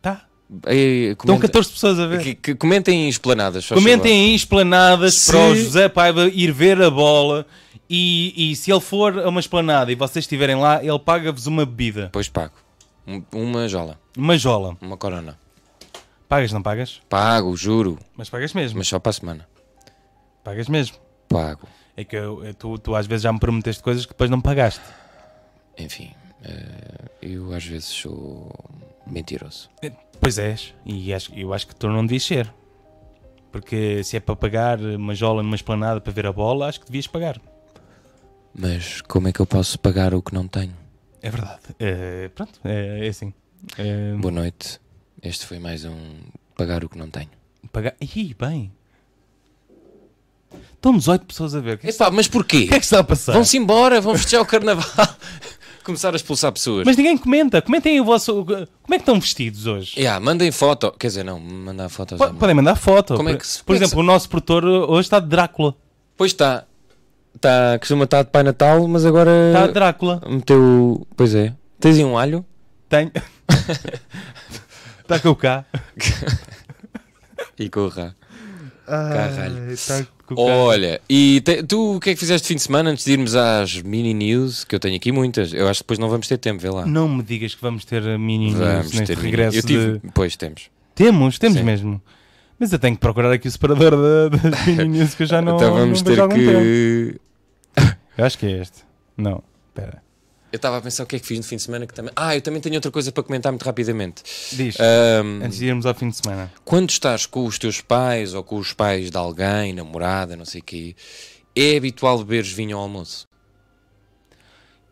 Speaker 1: Tá.
Speaker 2: Ei,
Speaker 1: Estão
Speaker 2: comenta-
Speaker 1: 14 pessoas a ver.
Speaker 2: que- que comentem explanadas. só chegou.
Speaker 1: Comentem aí esplanadas
Speaker 2: Se-
Speaker 1: para o José Paiva ir ver a bola e, e se ele for a uma esplanada e vocês estiverem lá, ele paga-vos uma bebida.
Speaker 2: Depois pago. Um- uma jola,
Speaker 1: Uma jola.
Speaker 2: uma corona.
Speaker 1: Pagas, não pagas?
Speaker 2: Pago, juro.
Speaker 1: Mas pagas mesmo.
Speaker 2: Mas só para a semana.
Speaker 1: Pagas mesmo.
Speaker 2: Pago.
Speaker 1: É que eu- eu- tu, tu às vezes já me prometeste coisas que depois não me pagaste.
Speaker 2: Enfim, eh, eu às vezes sou mentiroso.
Speaker 1: É, Pois és. E acho- eu acho que tu não devias ser. Porque se é para pagar uma jola numa esplanada para ver a bola, acho que devias pagar.
Speaker 2: Mas como é que eu posso pagar o que não tenho?
Speaker 1: É verdade. Eh, pronto, é, é assim. Eh,
Speaker 2: Boa noite. Este foi mais um Pagar o que não tenho.
Speaker 1: pagar. Ih, bem. Estão 18 pessoas a ver. O que é que
Speaker 2: Epá, mas porquê? Tá.
Speaker 1: O que é que está a passar?
Speaker 2: Vão-se embora, vão festejar o carnaval. Começar a expulsar pessoas.
Speaker 1: Mas ninguém comenta. Comentem aí o vosso. Como é que estão vestidos hoje?
Speaker 2: Yeah, mandem foto. Quer dizer, não, mandar foto.
Speaker 1: Po- Podem mandar foto.
Speaker 2: Como é
Speaker 1: Por-
Speaker 2: que se-
Speaker 1: Por
Speaker 2: como é que
Speaker 1: exemplo, o nosso produtor hoje está de Drácula.
Speaker 2: Pois está. Tá, costuma estar de Pai Natal, mas
Speaker 1: Está
Speaker 2: agora
Speaker 1: de Drácula.
Speaker 2: meteu. Pois é. Tens aí um alho?
Speaker 1: Tenho. Está com o K.
Speaker 2: E corra. Caralho.
Speaker 1: Está com o K.
Speaker 2: Olha, e te- tu o que é que fizeste fim de semana antes de irmos às mini news? Que eu tenho aqui muitas. Eu acho que depois não vamos ter tempo, vê lá.
Speaker 1: Não me digas que vamos ter mini news
Speaker 2: Vamos
Speaker 1: neste
Speaker 2: ter mini-
Speaker 1: regresso
Speaker 2: Eu tive.
Speaker 1: de...
Speaker 2: Pois temos.
Speaker 1: Temos, temos mesmo. Mas eu tenho que procurar aqui o separador da- das mini news que eu já não.
Speaker 2: então vamos
Speaker 1: não vejo há algum
Speaker 2: ter
Speaker 1: tempo.
Speaker 2: que.
Speaker 1: Eu acho que é este. Não, espera.
Speaker 2: Eu estava a pensar o que é que fiz no fim de semana que também. Ah, eu também tenho outra coisa para comentar muito rapidamente.
Speaker 1: Diz,
Speaker 2: Ahm,
Speaker 1: antes de irmos ao fim de semana.
Speaker 2: quando estás com os teus pais ou com os pais de alguém, namorada, não sei o quê, é habitual beberes vinho ao almoço?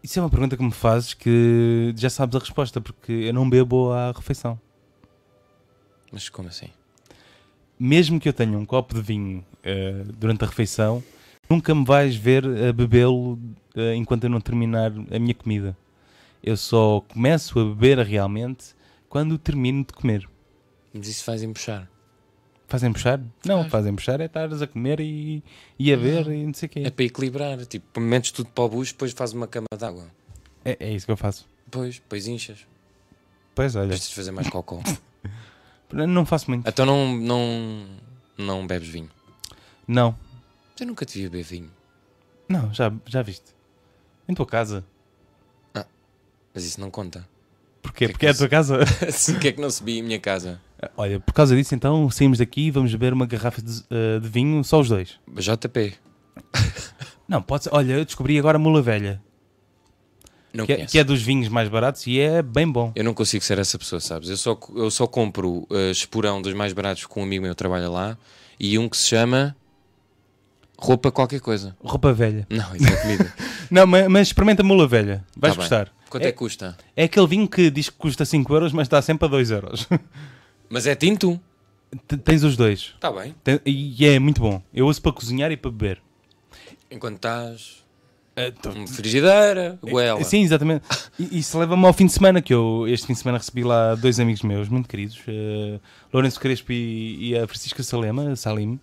Speaker 1: Isso é uma pergunta que me fazes que já sabes a resposta, porque eu não bebo à refeição.
Speaker 2: Mas como assim?
Speaker 1: Mesmo que eu tenha um copo de vinho eh, durante a refeição, nunca me vais ver a bebê-lo eh, enquanto eu não terminar a minha comida. Eu só começo a beber realmente quando termino de comer.
Speaker 2: Mas isso faz empuxar.
Speaker 1: Fazem puxar? Não, fazem puxar é estares a comer e, e a ver e não sei o quê.
Speaker 2: É para equilibrar. Tipo, metes tudo para o bucho, depois fazes uma cama de água.
Speaker 1: É, é isso que eu faço.
Speaker 2: Depois, depois inchas.
Speaker 1: Pois olha,
Speaker 2: Precisas fazer mais cocó.
Speaker 1: não faço muito.
Speaker 2: então não, não, não bebes vinho.
Speaker 1: Não,
Speaker 2: Mas eu nunca te vi beber vinho.
Speaker 1: não, já, já viste. Em tua casa.
Speaker 2: Mas isso não conta.
Speaker 1: Porquê?
Speaker 2: Que é que
Speaker 1: Porque é a
Speaker 2: isso-
Speaker 1: tua casa.
Speaker 2: Assim que é que não subi em minha casa?
Speaker 1: Olha, por causa disso, então saímos daqui e vamos beber uma garrafa de, eh, de vinho, só os dois.
Speaker 2: JP.
Speaker 1: Não, pode ser. Olha, eu descobri agora a mula velha,
Speaker 2: Não
Speaker 1: que é,
Speaker 2: conheço.
Speaker 1: que é dos vinhos mais baratos e é bem bom.
Speaker 2: Eu não consigo ser essa pessoa, sabes? Eu só, eu só compro uh, esporão dos mais baratos que um amigo meu trabalha lá e um que se chama roupa qualquer coisa.
Speaker 1: Roupa velha.
Speaker 2: Não, isso é comida.
Speaker 1: Não, ma- mas, experimenta a mula velha, vais
Speaker 2: Tá bem.
Speaker 1: gostar.
Speaker 2: Quanto é... que custa?
Speaker 1: É aquele vinho que diz que custa 5 euros, mas está sempre a 2 euros.
Speaker 2: Mas é tinto.
Speaker 1: T- Tens os dois.
Speaker 2: Está bem.
Speaker 1: Tem- E é muito bom. Eu uso para cozinhar e para beber.
Speaker 2: Enquanto estás.
Speaker 1: Ah, tô-
Speaker 2: Então, Uma frigideira,
Speaker 1: É,
Speaker 2: goela.
Speaker 1: Sim, exatamente. E isso leva-me ao fim de semana, que eu este fim de semana recebi lá dois amigos meus, muito queridos, eh, Lourenço Crespo e, e a Francisca Salema, Salim.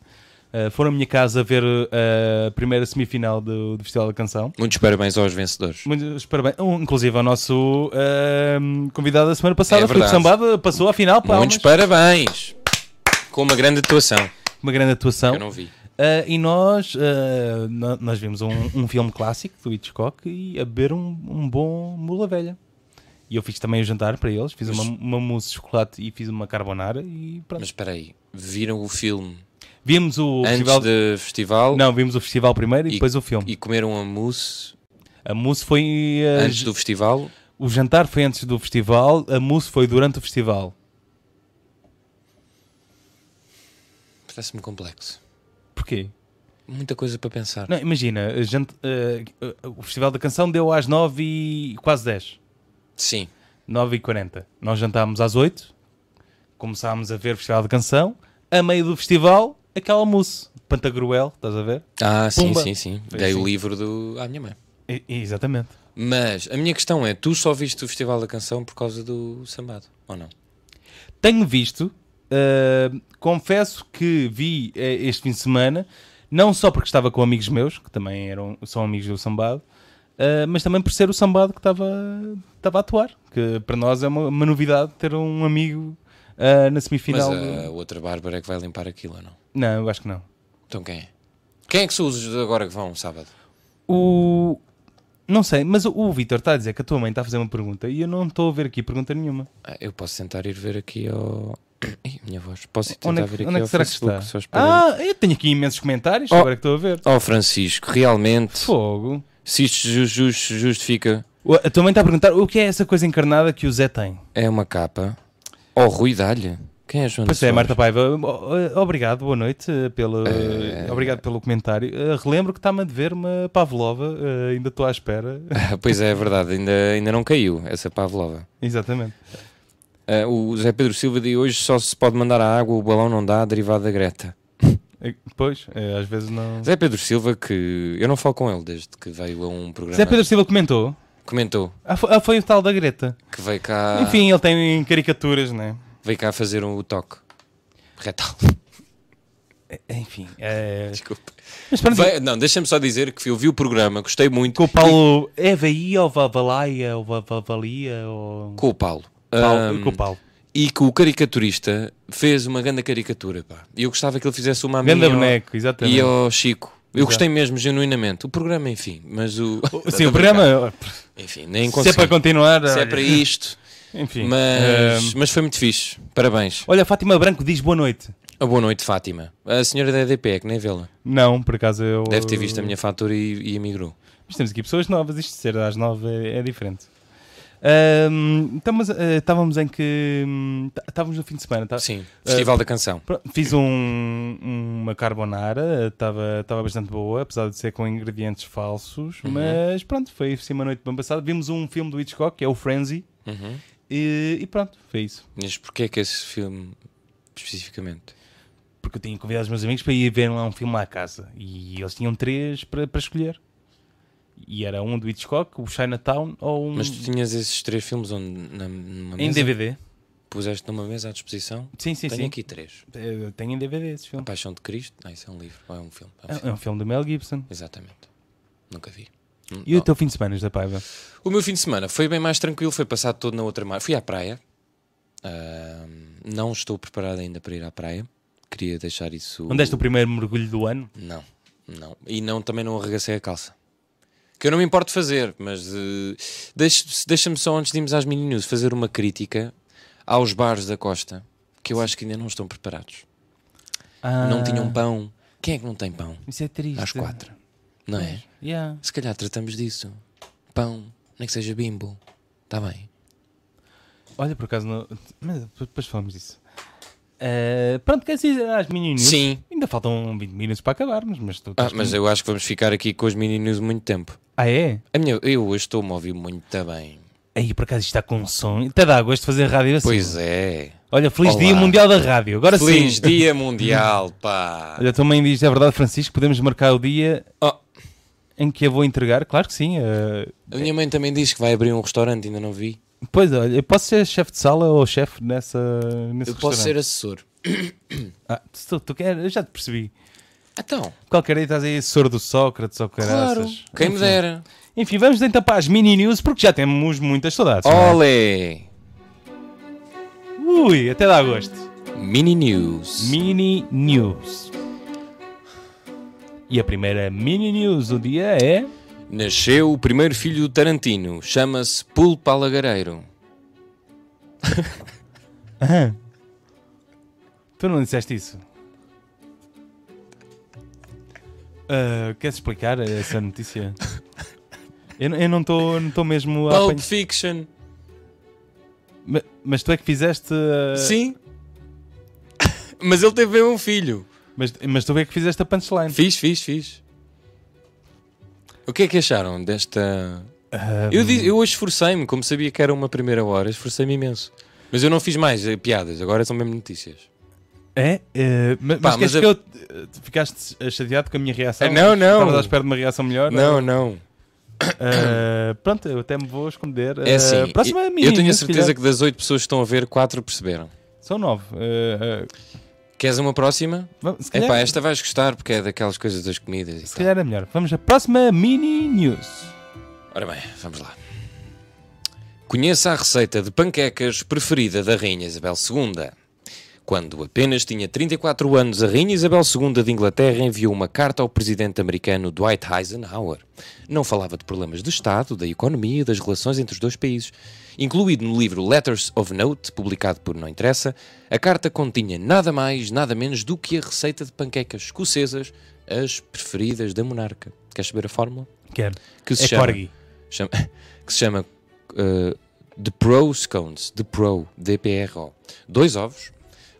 Speaker 1: Eh, foram à minha casa ver eh, a primeira semifinal do, do Festival da Canção.
Speaker 2: Muitos parabéns aos vencedores.
Speaker 1: Muitos parabéns. Um, inclusive ao nosso eh, convidado da semana passada,
Speaker 2: É
Speaker 1: Filipe
Speaker 2: verdade.
Speaker 1: Sambada, passou à final, palmas,
Speaker 2: Muitos parabéns. Com uma grande atuação.
Speaker 1: uma grande atuação.
Speaker 2: Eu não vi.
Speaker 1: Ah, e nós, ah, no- nós vimos um, um filme clássico do Hitchcock e a beber um, um bom mula velha. E eu fiz também o jantar para eles, fiz uma, uma mousse de chocolate e fiz uma carbonara e pronto.
Speaker 2: Mas espera aí. Viram o filme
Speaker 1: Vimos o
Speaker 2: antes
Speaker 1: festival.
Speaker 2: do festival
Speaker 1: Não, vimos o festival primeiro e, depois o filme.
Speaker 2: e comeram a mousse
Speaker 1: A mousse foi. ah,
Speaker 2: antes do festival?
Speaker 1: O jantar foi antes do festival, a mousse foi durante o festival.
Speaker 2: Parece-me complexo.
Speaker 1: Porquê?
Speaker 2: Muita coisa para pensar.
Speaker 1: Não, imagina, a gente- ah, ah, o Festival da Canção deu às 9 e quase 10.
Speaker 2: Sim.
Speaker 1: 9h40. Nós jantámos às 8 começámos a ver o Festival de Canção, a meio do festival, aquele almoço. Pantagruel, estás a ver?
Speaker 2: Ah, sim,
Speaker 1: Pumba.
Speaker 2: sim, sim.
Speaker 1: Foi
Speaker 2: Dei
Speaker 1: assim.
Speaker 2: o livro do... à minha mãe.
Speaker 1: E- e- exatamente.
Speaker 2: Mas a minha questão é: tu só viste o Festival da Canção por causa do sambado, ou não?
Speaker 1: Tenho visto, uh, confesso que vi eh, este fim de semana, não só porque estava com amigos meus, que também eram, são amigos do Sambado, uh, mas também por ser o Sambado que estava, estava a atuar, que para nós é uma, uma novidade ter um amigo uh, na semifinal.
Speaker 2: Mas
Speaker 1: do-
Speaker 2: a outra Bárbara é que vai limpar aquilo, ou não?
Speaker 1: Não, eu acho que não.
Speaker 2: Então quem é? Quem é que são os agora que vão sábado?
Speaker 1: O. Não sei, mas o, o Vitor está a dizer que a tua mãe está a fazer uma pergunta e eu não estou a ver aqui pergunta nenhuma.
Speaker 2: Ah, Eu posso tentar ir ver aqui ao. Ih, minha voz. Posso ir tentar
Speaker 1: Onde é
Speaker 2: ver
Speaker 1: que,
Speaker 2: aqui
Speaker 1: onde é
Speaker 2: ao
Speaker 1: que será que
Speaker 2: Facebook?
Speaker 1: está?
Speaker 2: Só espera
Speaker 1: Ah, eu tenho aqui imensos comentários,
Speaker 2: Oh.
Speaker 1: agora que estou a ver.
Speaker 2: aí. Oh, Francisco, realmente,
Speaker 1: Fogo.
Speaker 2: se isto ju- ju- justifica,
Speaker 1: O- A tua mãe está a perguntar o que é essa coisa encarnada que o Zé tem.
Speaker 2: é uma capa. Oh, Rui Dalha. Quem é João
Speaker 1: Pois é,
Speaker 2: Soares?
Speaker 1: Marta Paiva, o- o- obrigado, boa noite, eh, pelo,
Speaker 2: É.
Speaker 1: eh, obrigado pelo comentário. Eh, relembro que está-me a dever uma Pavlova, eh, ainda estou à espera.
Speaker 2: Ah, Pois é, é verdade, ainda, ainda não caiu essa Pavlova.
Speaker 1: Exatamente.
Speaker 2: Ah, o Zé Pedro Silva de hoje só se pode mandar à água, o balão não dá, derivado da Greta.
Speaker 1: Eh, Pois, eh, às vezes não...
Speaker 2: Zé Pedro Silva, que eu não falo com ele desde que veio a um programa.
Speaker 1: Zé Pedro Silva comentou.
Speaker 2: Comentou
Speaker 1: Ah, foi, ah, foi o tal da Greta.
Speaker 2: que veio cá,
Speaker 1: Enfim, ele tem caricaturas, né?
Speaker 2: veio cá fazer um toque. Retal,
Speaker 1: Enfim, é...
Speaker 2: desculpa.
Speaker 1: mas pronto,
Speaker 2: Veio- não, deixa-me só dizer que eu vi o programa, gostei muito.
Speaker 1: com o Paulo é Vaia ou Vavalaia ou Vavalia ou
Speaker 2: Com o Paulo.
Speaker 1: Paulo,
Speaker 2: Ahm,
Speaker 1: com o Paulo.
Speaker 2: e que o caricaturista fez uma grande caricatura. Pá. E eu gostava que ele fizesse uma a mim
Speaker 1: Ganda
Speaker 2: e ao-
Speaker 1: boneco,
Speaker 2: e
Speaker 1: exatamente.
Speaker 2: ao Chico. Eu
Speaker 1: Exato.
Speaker 2: gostei mesmo, genuinamente. O programa, enfim, mas o.
Speaker 1: Sim, o programa,
Speaker 2: Enfim, nem
Speaker 1: se é
Speaker 2: consegui.
Speaker 1: para continuar,
Speaker 2: Se é
Speaker 1: olha,
Speaker 2: para isto.
Speaker 1: Enfim.
Speaker 2: Mas,
Speaker 1: eh,
Speaker 2: mas foi muito fixe. Parabéns.
Speaker 1: olha, Fátima Branco diz boa noite.
Speaker 2: Ah, boa noite, Fátima. A senhora da EDP é que nem vê-la.
Speaker 1: Não, por acaso eu.
Speaker 2: Deve ter visto a minha fatura e, e emigrou.
Speaker 1: Mas temos aqui pessoas novas, isto de ser às nove é, é diferente. Ahm, estamos, eh, estávamos em que. hum, tá- Estávamos no fim de semana, tá?
Speaker 2: Sim, Festival da Canção.
Speaker 1: Pronto, Fiz um- uma carbonara, estava estava bastante boa, apesar de ser com ingredientes falsos,
Speaker 2: Uhum.
Speaker 1: mas pronto, foi assim uma noite bem passada. Vimos um filme do Hitchcock, que é o Frenzy,
Speaker 2: Uhum.
Speaker 1: e, e pronto, foi isso.
Speaker 2: Mas porquê é que esse filme especificamente?
Speaker 1: Porque eu tinha convidado os meus amigos para ir ver lá um filme lá à casa, e eles tinham três para, para escolher. E era um do Hitchcock, o Chinatown ou um
Speaker 2: Mas tu tinhas esses três filmes onde, na, numa
Speaker 1: em
Speaker 2: mesa?
Speaker 1: DVD.
Speaker 2: Puseste numa mesa à disposição?
Speaker 1: Sim, sim,
Speaker 2: Tenho
Speaker 1: sim.
Speaker 2: aqui três.
Speaker 1: Eh, Tenho em DVD esse
Speaker 2: A
Speaker 1: filme.
Speaker 2: Paixão de Cristo? Não, isso é um livro. Ou é um filme. É um filme.
Speaker 1: É é um filme do Mel Gibson.
Speaker 2: Exatamente. Nunca vi. Hum,
Speaker 1: E o
Speaker 2: não.
Speaker 1: teu fim de semana, da Paiva?
Speaker 2: O meu fim de semana foi bem mais tranquilo, foi passado todo na outra mar. Fui à praia. Ahm, não estou preparado ainda para ir à praia. Queria deixar isso.
Speaker 1: Onde deste o primeiro mergulho do ano?
Speaker 2: Não, não. E não, também não arregacei a calça. Que eu não me importo de fazer, mas eh, deixa- deixa-me só, antes de irmos às mini news, fazer uma crítica aos bares da Costa, que eu acho que ainda não estão preparados. Não um
Speaker 1: Ah,
Speaker 2: tinham pão. Quem é que não tem pão?
Speaker 1: Isso é triste.
Speaker 2: Às quatro. Não é?
Speaker 1: Yeah.
Speaker 2: Se calhar tratamos disso. Pão, nem que seja bimbo. Está bem.
Speaker 1: Olha, por acaso, não... mas depois falamos disso. Ah, pronto, quer dizer, às mini news.
Speaker 2: Sim.
Speaker 1: Ainda faltam 20 minutos para acabarmos, mas tu
Speaker 2: Ah,
Speaker 1: estás
Speaker 2: mas
Speaker 1: com-
Speaker 2: eu acho que vamos ficar aqui com as mini news muito tempo.
Speaker 1: Ah, é?
Speaker 2: A minha, eu hoje estou-me a ouvir muito bem.
Speaker 1: Aí, por acaso, isto está com um som. Até dá gosto de fazer rádio assim.
Speaker 2: Pois é.
Speaker 1: Olha, feliz
Speaker 2: Olá.
Speaker 1: dia mundial da rádio. Agora
Speaker 2: Feliz
Speaker 1: sim.
Speaker 2: Dia Mundial, pá.
Speaker 1: Olha, a tua mãe diz, é verdade, Francisco, podemos marcar o dia
Speaker 2: Oh,
Speaker 1: em que a vou entregar? Claro que sim. ah,
Speaker 2: a minha mãe também diz que vai abrir um restaurante, ainda não vi.
Speaker 1: Pois, olha, eu posso ser chefe de sala ou chefe nessa, nesse
Speaker 2: Eu posso ser
Speaker 1: restaurante?
Speaker 2: assessor.
Speaker 1: Ah, se tu, tu queres, eu já te percebi.
Speaker 2: Então,
Speaker 1: Qualquer dia estás aí assessor do Sócrates ou
Speaker 2: claro.
Speaker 1: caraças.
Speaker 2: Quem me
Speaker 1: Enfim.
Speaker 2: dera.
Speaker 1: Enfim, vamos então para as mini news porque já temos muitas saudades. não é?
Speaker 2: Olé!
Speaker 1: Ui, até dá gosto.
Speaker 2: Mini News.
Speaker 1: Mini news. E a primeira mini news do dia é.
Speaker 2: Nasceu o primeiro filho do Tarantino. Chama-se Pulpa Lagareiro.
Speaker 1: Aham. Tu não disseste isso? Ah, queres explicar essa notícia? Eu, eu não estou não tô mesmo a
Speaker 2: Pulp
Speaker 1: apanhar.
Speaker 2: Fiction.
Speaker 1: Ma- Mas tu é que fizeste. ah,
Speaker 2: Sim. Mas ele teve um filho.
Speaker 1: Mas, mas tu é que fizeste a punchline.
Speaker 2: Fiz, fiz, fiz. O que é que acharam desta.
Speaker 1: Ah,
Speaker 2: Eu, di- eu hoje esforcei-me, como sabia que era uma primeira hora, esforcei-me imenso. Mas eu não fiz mais eh, piadas, agora são mesmo notícias.
Speaker 1: É? Eh, ma- mas
Speaker 2: Pá,
Speaker 1: queres
Speaker 2: mas
Speaker 1: que
Speaker 2: a-
Speaker 1: eu eh, tu ficaste chateado com a minha reação?
Speaker 2: Eh, não, não.
Speaker 1: Estavas à espera de uma reação melhor?
Speaker 2: Não, não.
Speaker 1: Eh, pronto, eu até me vou esconder.
Speaker 2: É
Speaker 1: Eh,
Speaker 2: assim. eu-
Speaker 1: próxima
Speaker 2: eu,
Speaker 1: mini,
Speaker 2: tenho a
Speaker 1: né, se
Speaker 2: certeza
Speaker 1: calhar.
Speaker 2: que das oito pessoas que estão a ver, quatro perceberam.
Speaker 1: São nove. Eh, eh,
Speaker 2: Queres uma próxima?
Speaker 1: vamos- se, calhar,
Speaker 2: Epá, esta vais gostar porque é daquelas coisas das comidas
Speaker 1: se
Speaker 2: e tal.
Speaker 1: calhar é melhor. Vamos à próxima mini news.
Speaker 2: Ora bem, vamos lá. Conheça a receita de panquecas preferida da Rainha Isabel II. Quando apenas tinha 34 anos, a Rainha Isabel II de Inglaterra enviou uma carta ao presidente americano Dwight Eisenhower. Não falava de problemas de Estado, da economia e das relações entre os dois países. Incluído no livro Letters of Note, publicado por Não Interessa, a carta continha nada mais, nada menos do que a receita de panquecas escocesas, as preferidas da monarca. Queres saber a fórmula?
Speaker 1: Quero.
Speaker 2: Que se
Speaker 1: É
Speaker 2: chama
Speaker 1: corgi.
Speaker 2: chama- que se chama eh, The Pro Scones, The Pro, DPRO. Dois ovos,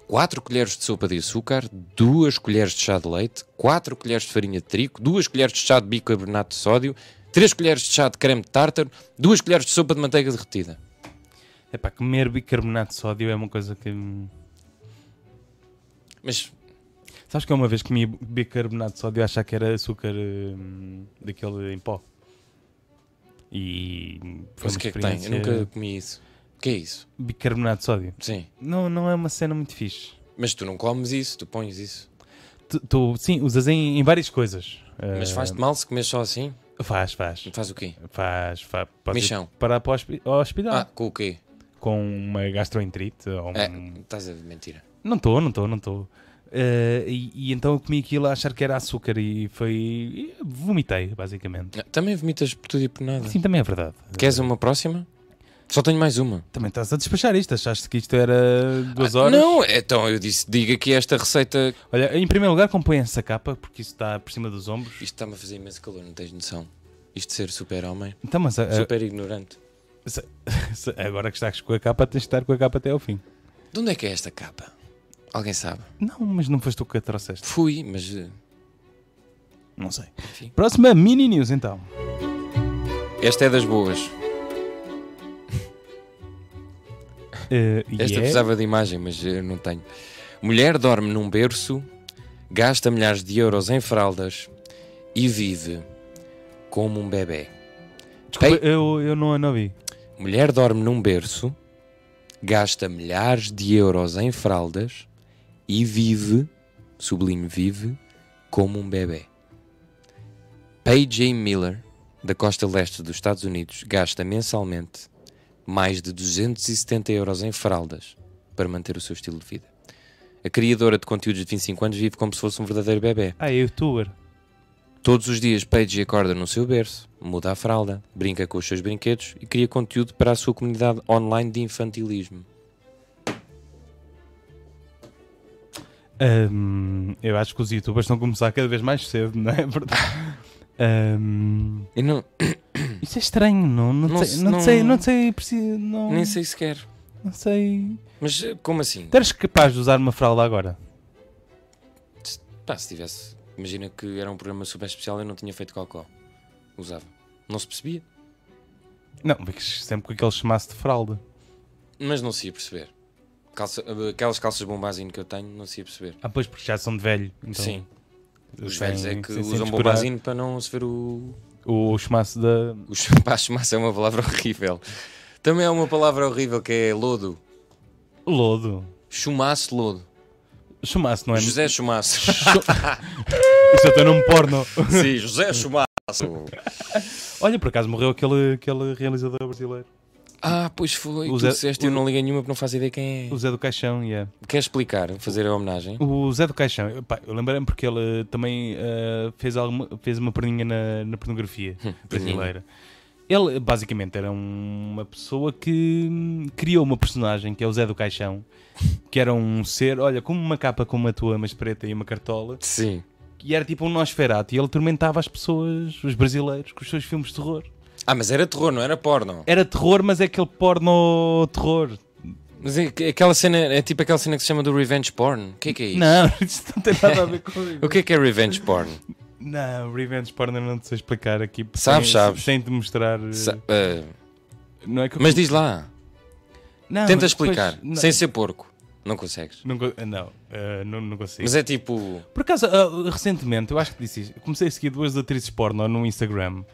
Speaker 2: quatro colheres de sopa de açúcar, duas colheres de chá de leite, quatro colheres de farinha de trigo, duas colheres de chá de bicarbonato de sódio, três colheres de chá de creme de tártaro, duas colheres de sopa de manteiga derretida.
Speaker 1: É pá, comer bicarbonato de sódio é uma coisa que. hum,
Speaker 2: Mas
Speaker 1: Sabes que eu uma vez comi bicarbonato de sódio a achar que era açúcar hum, daquele em pó. E. Foi
Speaker 2: mas
Speaker 1: uma
Speaker 2: o que é que tem? Eu
Speaker 1: experiência-
Speaker 2: nunca comi isso. O que é isso?
Speaker 1: Bicarbonato de sódio.
Speaker 2: Sim.
Speaker 1: Não, não é uma cena muito fixe.
Speaker 2: Mas tu não comes isso, tu pões isso.
Speaker 1: Tu, tu- sim, usas em, em várias coisas. Eh,
Speaker 2: Mas faz-te mal se comes só assim?
Speaker 1: Faz, faz.
Speaker 2: Faz o quê?
Speaker 1: Faz, faz. Pode
Speaker 2: Michão.
Speaker 1: ir parar para o, hospi- ao hospital
Speaker 2: Ah, com o quê?
Speaker 1: com uma gastroenterite. Ou um-
Speaker 2: É, estás a mentira.
Speaker 1: Não estou, não estou, não estou. e, e então eu comi aquilo a achar que era açúcar e foi. e vomitei, basicamente.
Speaker 2: Também vomitas por tudo e por nada.
Speaker 1: Sim, também é verdade.
Speaker 2: Queres uma próxima? Só tenho mais uma.
Speaker 1: Também estás a despachar isto, achaste que isto era duas horas?
Speaker 2: Não, então eu disse, diga que esta receita.
Speaker 1: Olha, em primeiro lugar, compõe essa capa, porque isso está por cima dos ombros.
Speaker 2: Isto está-me a fazer imenso calor, não tens noção. Isto de ser super-homem,
Speaker 1: Então, mas ah,
Speaker 2: super ignorante.
Speaker 1: se- se- agora que estás com a capa, tens de estar com a capa até ao fim.
Speaker 2: De onde é que é esta capa? Alguém sabe?
Speaker 1: Não, mas não foste tu que a trouxeste.
Speaker 2: Fui, mas. eh,
Speaker 1: Não sei.
Speaker 2: Enfim.
Speaker 1: Próxima mini news, então.
Speaker 2: Esta é das boas.
Speaker 1: Eh, e
Speaker 2: Esta
Speaker 1: é-
Speaker 2: precisava de imagem, mas eu não tenho. Mulher dorme num berço, gasta milhares de euros em fraldas e vive como um bebê.
Speaker 1: Desculpa, eu, eu não, não vi.
Speaker 2: Mulher dorme num berço, gasta milhares de euros em fraldas e vive, sublinho vive, como um bebê. P.J. Miller, da costa leste dos Estados Unidos, gasta mensalmente mais de 270 euros em fraldas para manter o seu estilo de vida. A criadora de conteúdos de 25 anos vive como se fosse um verdadeiro bebê.
Speaker 1: Ah, é youtuber.
Speaker 2: Todos os dias, Paige acorda no seu berço, muda a fralda, brinca com os seus brinquedos e cria conteúdo para a sua comunidade online de infantilismo.
Speaker 1: Ahm, eu acho que os youtubers estão a começar cada vez mais cedo, não é verdade? Ahm,
Speaker 2: Eu não,
Speaker 1: isso é estranho, não, não,
Speaker 2: Hum. Não
Speaker 1: sei,
Speaker 2: se-
Speaker 1: não,
Speaker 2: não-
Speaker 1: sei, não sei, preciso, não,
Speaker 2: nem sei sequer.
Speaker 1: não sei.
Speaker 2: Mas eh, como assim?
Speaker 1: Tu eras capaz de usar uma fralda agora?
Speaker 2: Pá, se tivesse. Imagina que era um programa super especial e eu não tinha feito cocó. Usava. Não se percebia,
Speaker 1: Não, porque sempre com aquele chamasse de fralda.
Speaker 2: mas não se ia perceber. Calça- eh, aquelas calças bombazinho que eu tenho, não se ia perceber.
Speaker 1: Ah, pois, porque já são de velho. então
Speaker 2: Sim. Os
Speaker 1: têm-
Speaker 2: velhos é que
Speaker 1: sim, sim,
Speaker 2: usam
Speaker 1: de
Speaker 2: bombazinho para não se ver o,
Speaker 1: O, o chamasse da.
Speaker 2: O baixo massa é uma palavra horrível. Também é uma palavra horrível que é lodo.
Speaker 1: Lodo.
Speaker 2: Chumaço lodo.
Speaker 1: Chumasse, não é?
Speaker 2: José Chumaço.
Speaker 1: Isso eu estou num porno.
Speaker 2: Sim, José Chumaço.
Speaker 1: Olha, por acaso morreu aquele, aquele realizador brasileiro.
Speaker 2: Ah, pois foi.
Speaker 1: O
Speaker 2: Tu
Speaker 1: Zé-
Speaker 2: disseste, eu não liguei nenhuma porque não faço ideia quem é.
Speaker 1: O Zé do Caixão, yeah.
Speaker 2: Quer explicar, fazer a homenagem?
Speaker 1: O Zé do Caixão, pá, eu lembrei-me porque ele também eh, fez, alguma, fez uma perninha na, na pornografia brasileira. Ele basicamente era um- uma pessoa que hum, criou uma personagem que é o Zé do Caixão, que era um ser, olha, como uma capa como a tua, mas preta e uma cartola,
Speaker 2: Sim.
Speaker 1: e era tipo um Nosferatu, e ele atormentava as pessoas, os brasileiros, com os seus filmes de terror.
Speaker 2: Ah, mas era terror, não era porno.
Speaker 1: Era terror, mas é aquele porno terror.
Speaker 2: Mas é, que- aquela cena, é tipo aquela cena que se chama do revenge porn. O que é que é isso?
Speaker 1: Não, isso não tem nada a ver com
Speaker 2: O que é que é revenge porn?
Speaker 1: Não, Revenge Porn eu não te sei explicar aqui. porque
Speaker 2: Sabes,
Speaker 1: sem,
Speaker 2: sabes.
Speaker 1: Sem te mostrar. eh,
Speaker 2: Sa- ah,
Speaker 1: Não é que eu-
Speaker 2: mas diz lá,
Speaker 1: Não,
Speaker 2: tenta
Speaker 1: mas depois-
Speaker 2: explicar,
Speaker 1: não,
Speaker 2: sem ser porco. Não consegues.
Speaker 1: Não, co- não, eh, não, não consigo.
Speaker 2: Mas é tipo.
Speaker 1: Por acaso, ah, recentemente, eu acho que disse isto, comecei a seguir duas atrizes porno no Instagram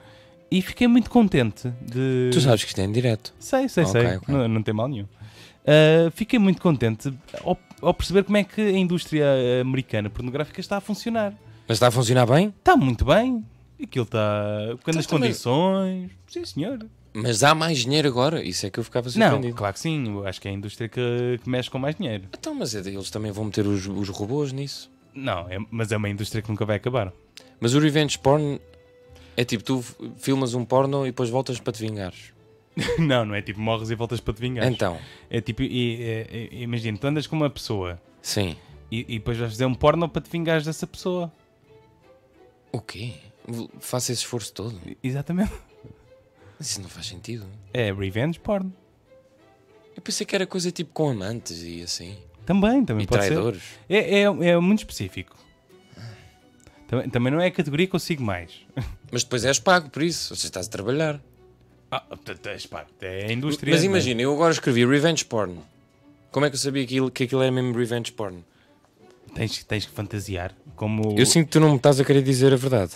Speaker 1: e fiquei muito contente de.
Speaker 2: Tu sabes que isto é em direto.
Speaker 1: Sei, sei,
Speaker 2: Ok,
Speaker 1: sei.
Speaker 2: ok.
Speaker 1: Não, não tem mal nenhum. Ah, fiquei muito contente ao, ao perceber como é que a indústria eh, americana pornográfica está a funcionar.
Speaker 2: Mas está a funcionar bem?
Speaker 1: Está muito bem. Aquilo está. Quando
Speaker 2: Então
Speaker 1: as
Speaker 2: também-
Speaker 1: condições. Sim, senhor.
Speaker 2: Mas há mais dinheiro agora? Isso é que eu ficava
Speaker 1: Não,
Speaker 2: surpreendido.
Speaker 1: claro que sim. Eu acho que é a indústria que, que mexe com mais dinheiro.
Speaker 2: Então, mas é de- eles também vão meter os, os robôs nisso.
Speaker 1: Não, é- mas é uma indústria que nunca vai acabar.
Speaker 2: Mas o revenge porn é tipo, tu f- filmas um porno e depois voltas para te vingares.
Speaker 1: não, não é tipo morres e voltas para te vingar.
Speaker 2: Então,
Speaker 1: É tipo, e- e- e- imagina, tu andas com uma pessoa
Speaker 2: sim.
Speaker 1: e, e depois vais fazer um porno para te vingares dessa pessoa.
Speaker 2: O quê? V- Faço esse esforço todo?
Speaker 1: E- Exatamente.
Speaker 2: Isso não faz sentido.
Speaker 1: É revenge porn.
Speaker 2: Eu pensei que era coisa tipo com amantes e assim.
Speaker 1: Também, também
Speaker 2: e
Speaker 1: pode ser.
Speaker 2: traidores.
Speaker 1: É, é, é muito específico. Também, também não é a categoria que eu sigo mais.
Speaker 2: Mas depois és pago por isso. Ou seja, estás a trabalhar.
Speaker 1: Ah, t- t- espá, é a indústria.
Speaker 2: Mas
Speaker 1: não é?
Speaker 2: imagina, eu agora escrevi revenge porn. Como é que eu sabia que aquilo, que aquilo era mesmo revenge porn?
Speaker 1: Tens, tens que fantasiar. Como...
Speaker 2: Eu sinto que tu não me estás a querer dizer a verdade.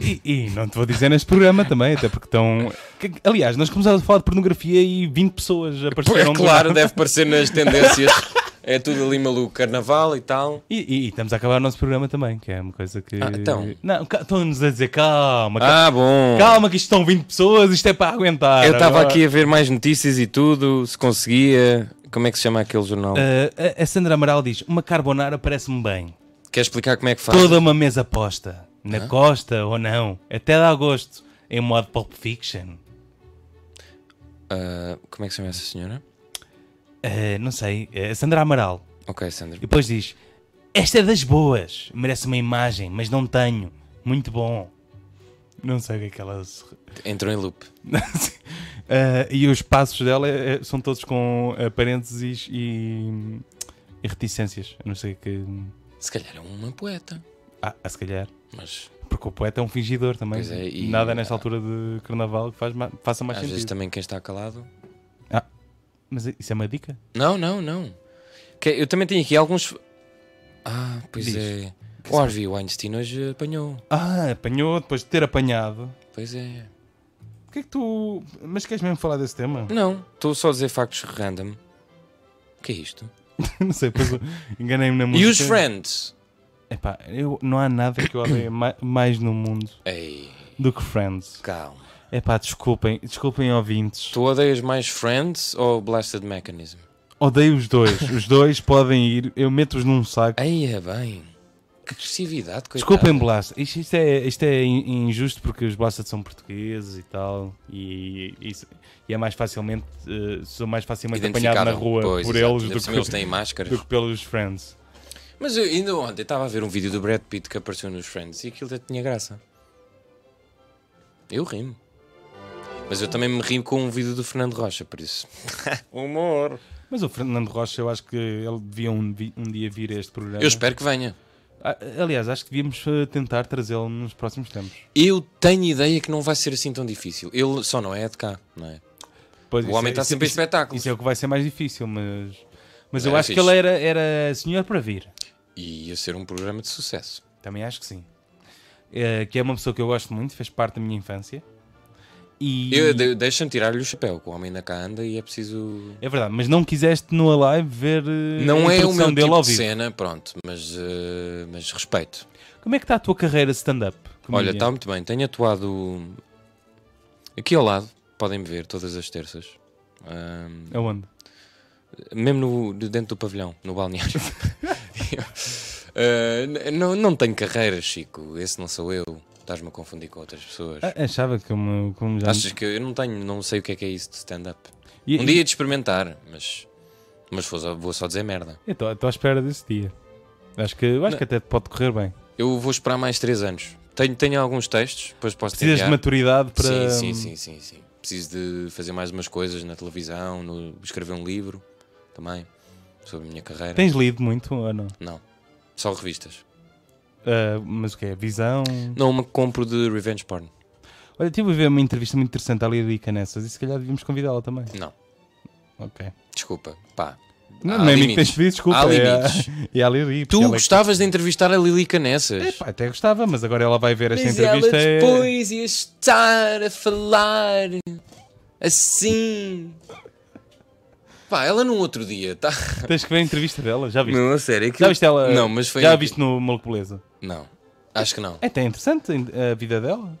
Speaker 1: E, e não te vou dizer neste programa também, até porque estão. que- Aliás, nós começámos a falar de pornografia e 20 pessoas
Speaker 2: Pois,
Speaker 1: apareceram. do
Speaker 2: claro,
Speaker 1: nada.
Speaker 2: deve parecer nas tendências. é tudo ali maluco, carnaval e tal.
Speaker 1: E, e- e estamos a acabar o nosso programa também, que é uma coisa que.
Speaker 2: Ah, então.
Speaker 1: Não, ca- estão-nos a dizer calma, calma,
Speaker 2: Ah, bom.
Speaker 1: calma, que isto estão 20 pessoas, isto é para aguentar.
Speaker 2: Eu estava
Speaker 1: Agora-
Speaker 2: aqui a ver mais notícias e tudo, se conseguia. Como é que se chama aquele jornal?
Speaker 1: Ah, a- a Sandra Amaral diz: Uma carbonara parece-me bem.
Speaker 2: Quer explicar como é que faz?
Speaker 1: Toda uma mesa posta, na costa ou não, até dá gosto, em modo Pulp Fiction.
Speaker 2: ah, como é que se chama essa senhora?
Speaker 1: Ah, não sei, eh, Sandra Amaral.
Speaker 2: Ok, Sandra.
Speaker 1: E depois diz: Esta é das boas, merece uma imagem, mas não tenho. Muito bom. Não sei o que é que ela. se-
Speaker 2: Entrou em loop.
Speaker 1: Ah, e os passos dela eh, eh, são todos com eh, parênteses e, e reticências. A não sei que.
Speaker 2: Se calhar é uma poeta.
Speaker 1: Ah, ah, se calhar.
Speaker 2: Mas
Speaker 1: Porque o poeta é um fingidor também.
Speaker 2: Pois é, e-
Speaker 1: Nada nesta altura de carnaval que faz ma- faça mais
Speaker 2: às vezes
Speaker 1: sentido.
Speaker 2: também quem está calado.
Speaker 1: Mas isso é uma dica?
Speaker 2: Não, não, não. Que- eu também tenho aqui alguns. Ah, pois
Speaker 1: Diz.
Speaker 2: é. O Harvey Weinstein hoje apanhou.
Speaker 1: Ah, apanhou depois de ter apanhado.
Speaker 2: Pois é.
Speaker 1: O que é que tu. Mas queres mesmo falar desse tema?
Speaker 2: Não, estou só a dizer factos random. O que é isto?
Speaker 1: não sei, depois eu- enganei-me na música.
Speaker 2: E os Friends?
Speaker 1: Epá, eu, não há nada que eu odeie ma- mais no mundo
Speaker 2: Ei,
Speaker 1: do que Friends.
Speaker 2: calma.
Speaker 1: Epá, desculpem, desculpem ouvintes.
Speaker 2: Tu odeias mais Friends ou Blasted Mechanism?
Speaker 1: Odeio os dois. Os dois podem ir, eu meto-os num saco.
Speaker 2: Aí é bem. Que agressividade, coitado.
Speaker 1: Desculpem, Blast. Isto, isto é, isto é in- injusto porque os Blasted são portugueses e tal. E, e, isso- e é mais facilmente. eh, sou mais facilmente apanhado na
Speaker 2: Identificável.
Speaker 1: rua
Speaker 2: Pois,
Speaker 1: por
Speaker 2: exato.
Speaker 1: eles
Speaker 2: Ainda
Speaker 1: do
Speaker 2: por cima Eles
Speaker 1: que,
Speaker 2: têm máscaras.
Speaker 1: do que pelos Friends.
Speaker 2: Mas eu, ainda ontem estava a ver um vídeo do Brad Pitt que apareceu nos Friends e aquilo até tinha graça. Eu rimo. Mas eu também me rimo com um vídeo do Fernando Rocha, por isso. Humor.
Speaker 1: Mas o Fernando Rocha, eu acho que ele devia um, vi- um dia vir a este programa.
Speaker 2: Eu espero que venha.
Speaker 1: Ah, Aliás, acho que devíamos eh, tentar trazê-lo nos próximos tempos.
Speaker 2: Eu tenho ideia que não vai ser assim tão difícil. Ele só não é de cá, não é?
Speaker 1: Pois,
Speaker 2: O
Speaker 1: isso
Speaker 2: homem
Speaker 1: é-
Speaker 2: está
Speaker 1: isso-
Speaker 2: sempre em
Speaker 1: isso-
Speaker 2: espetáculos.
Speaker 1: Isso é o que vai ser mais difícil, mas. Mas eu
Speaker 2: Era
Speaker 1: acho que
Speaker 2: fixe.
Speaker 1: ele era, era senhor para vir.
Speaker 2: E ia ser um programa de sucesso.
Speaker 1: Também acho que sim. Eh, que é uma pessoa que eu gosto muito, fez parte da minha infância. E.
Speaker 2: Eu de- Deixa-me tirar-lhe o chapéu, que o homem ainda cá anda e é preciso.
Speaker 1: É verdade, mas não quiseste no Alive ver eh,
Speaker 2: Não
Speaker 1: a
Speaker 2: é o
Speaker 1: introdução
Speaker 2: meu
Speaker 1: dele
Speaker 2: tipo
Speaker 1: ao
Speaker 2: de
Speaker 1: vivo.
Speaker 2: cena, pronto, mas, eh, mas respeito.
Speaker 1: Como é que está a tua carreira de stand-up?
Speaker 2: Olha,
Speaker 1: comedian?
Speaker 2: está muito bem. Tenho atuado aqui ao lado, podem me ver todas as terças. Ahm,
Speaker 1: Aonde?
Speaker 2: mesmo no- de- dentro do pavilhão, no balneário. Ah, n- não, não tenho carreira, Chico. Esse não sou eu. Estás-me a confundir com outras pessoas.
Speaker 1: Ah, achava que como, como já.
Speaker 2: Achas que eu não tenho, não sei o que é que é isso de stand-up.
Speaker 1: E-
Speaker 2: Um dia de experimentar, mas, mas vou, só, vou só dizer merda.
Speaker 1: Eu estou à espera desse dia. Acho que, eu acho que até te pode correr bem.
Speaker 2: Eu vou esperar mais 3 anos. Tenho, tenho alguns textos, depois posso te
Speaker 1: Precisas de
Speaker 2: enviar.
Speaker 1: maturidade para. hum,
Speaker 2: Sim, sim, sim, sim, sim. Preciso de fazer mais umas coisas na televisão, no- escrever um livro também sobre a minha carreira.
Speaker 1: Tens lido muito ou não?
Speaker 2: Não, só revistas.
Speaker 1: Ah, mas o que é? Visão?
Speaker 2: Não me compro de revenge porn.
Speaker 1: Olha, tive a ver uma entrevista muito interessante à Lili Canessas e se calhar devíamos convidá-la também.
Speaker 2: Não,
Speaker 1: Ok.
Speaker 2: desculpa, pá.
Speaker 1: Não,
Speaker 2: Há
Speaker 1: não é a mim que tens
Speaker 2: limites.
Speaker 1: de pedir desculpa.
Speaker 2: Há
Speaker 1: é a-
Speaker 2: limites.
Speaker 1: É a Lili.
Speaker 2: Tu
Speaker 1: porque ela é-
Speaker 2: gostavas de entrevistar a Lili Canessas?
Speaker 1: Epá, até gostava, mas agora ela vai ver esta
Speaker 2: Mas ela
Speaker 1: entrevista. é-
Speaker 2: depois ia estar a falar assim. Pá, ela num outro dia, tá?
Speaker 1: Tens que ver a entrevista dela, já viste?
Speaker 2: Não, a sério. é que-
Speaker 1: Já viste ela?
Speaker 2: Não, mas foi.
Speaker 1: Já a viste no Maluco Beleza?
Speaker 2: Não, acho que não.
Speaker 1: É até interessante a vida dela.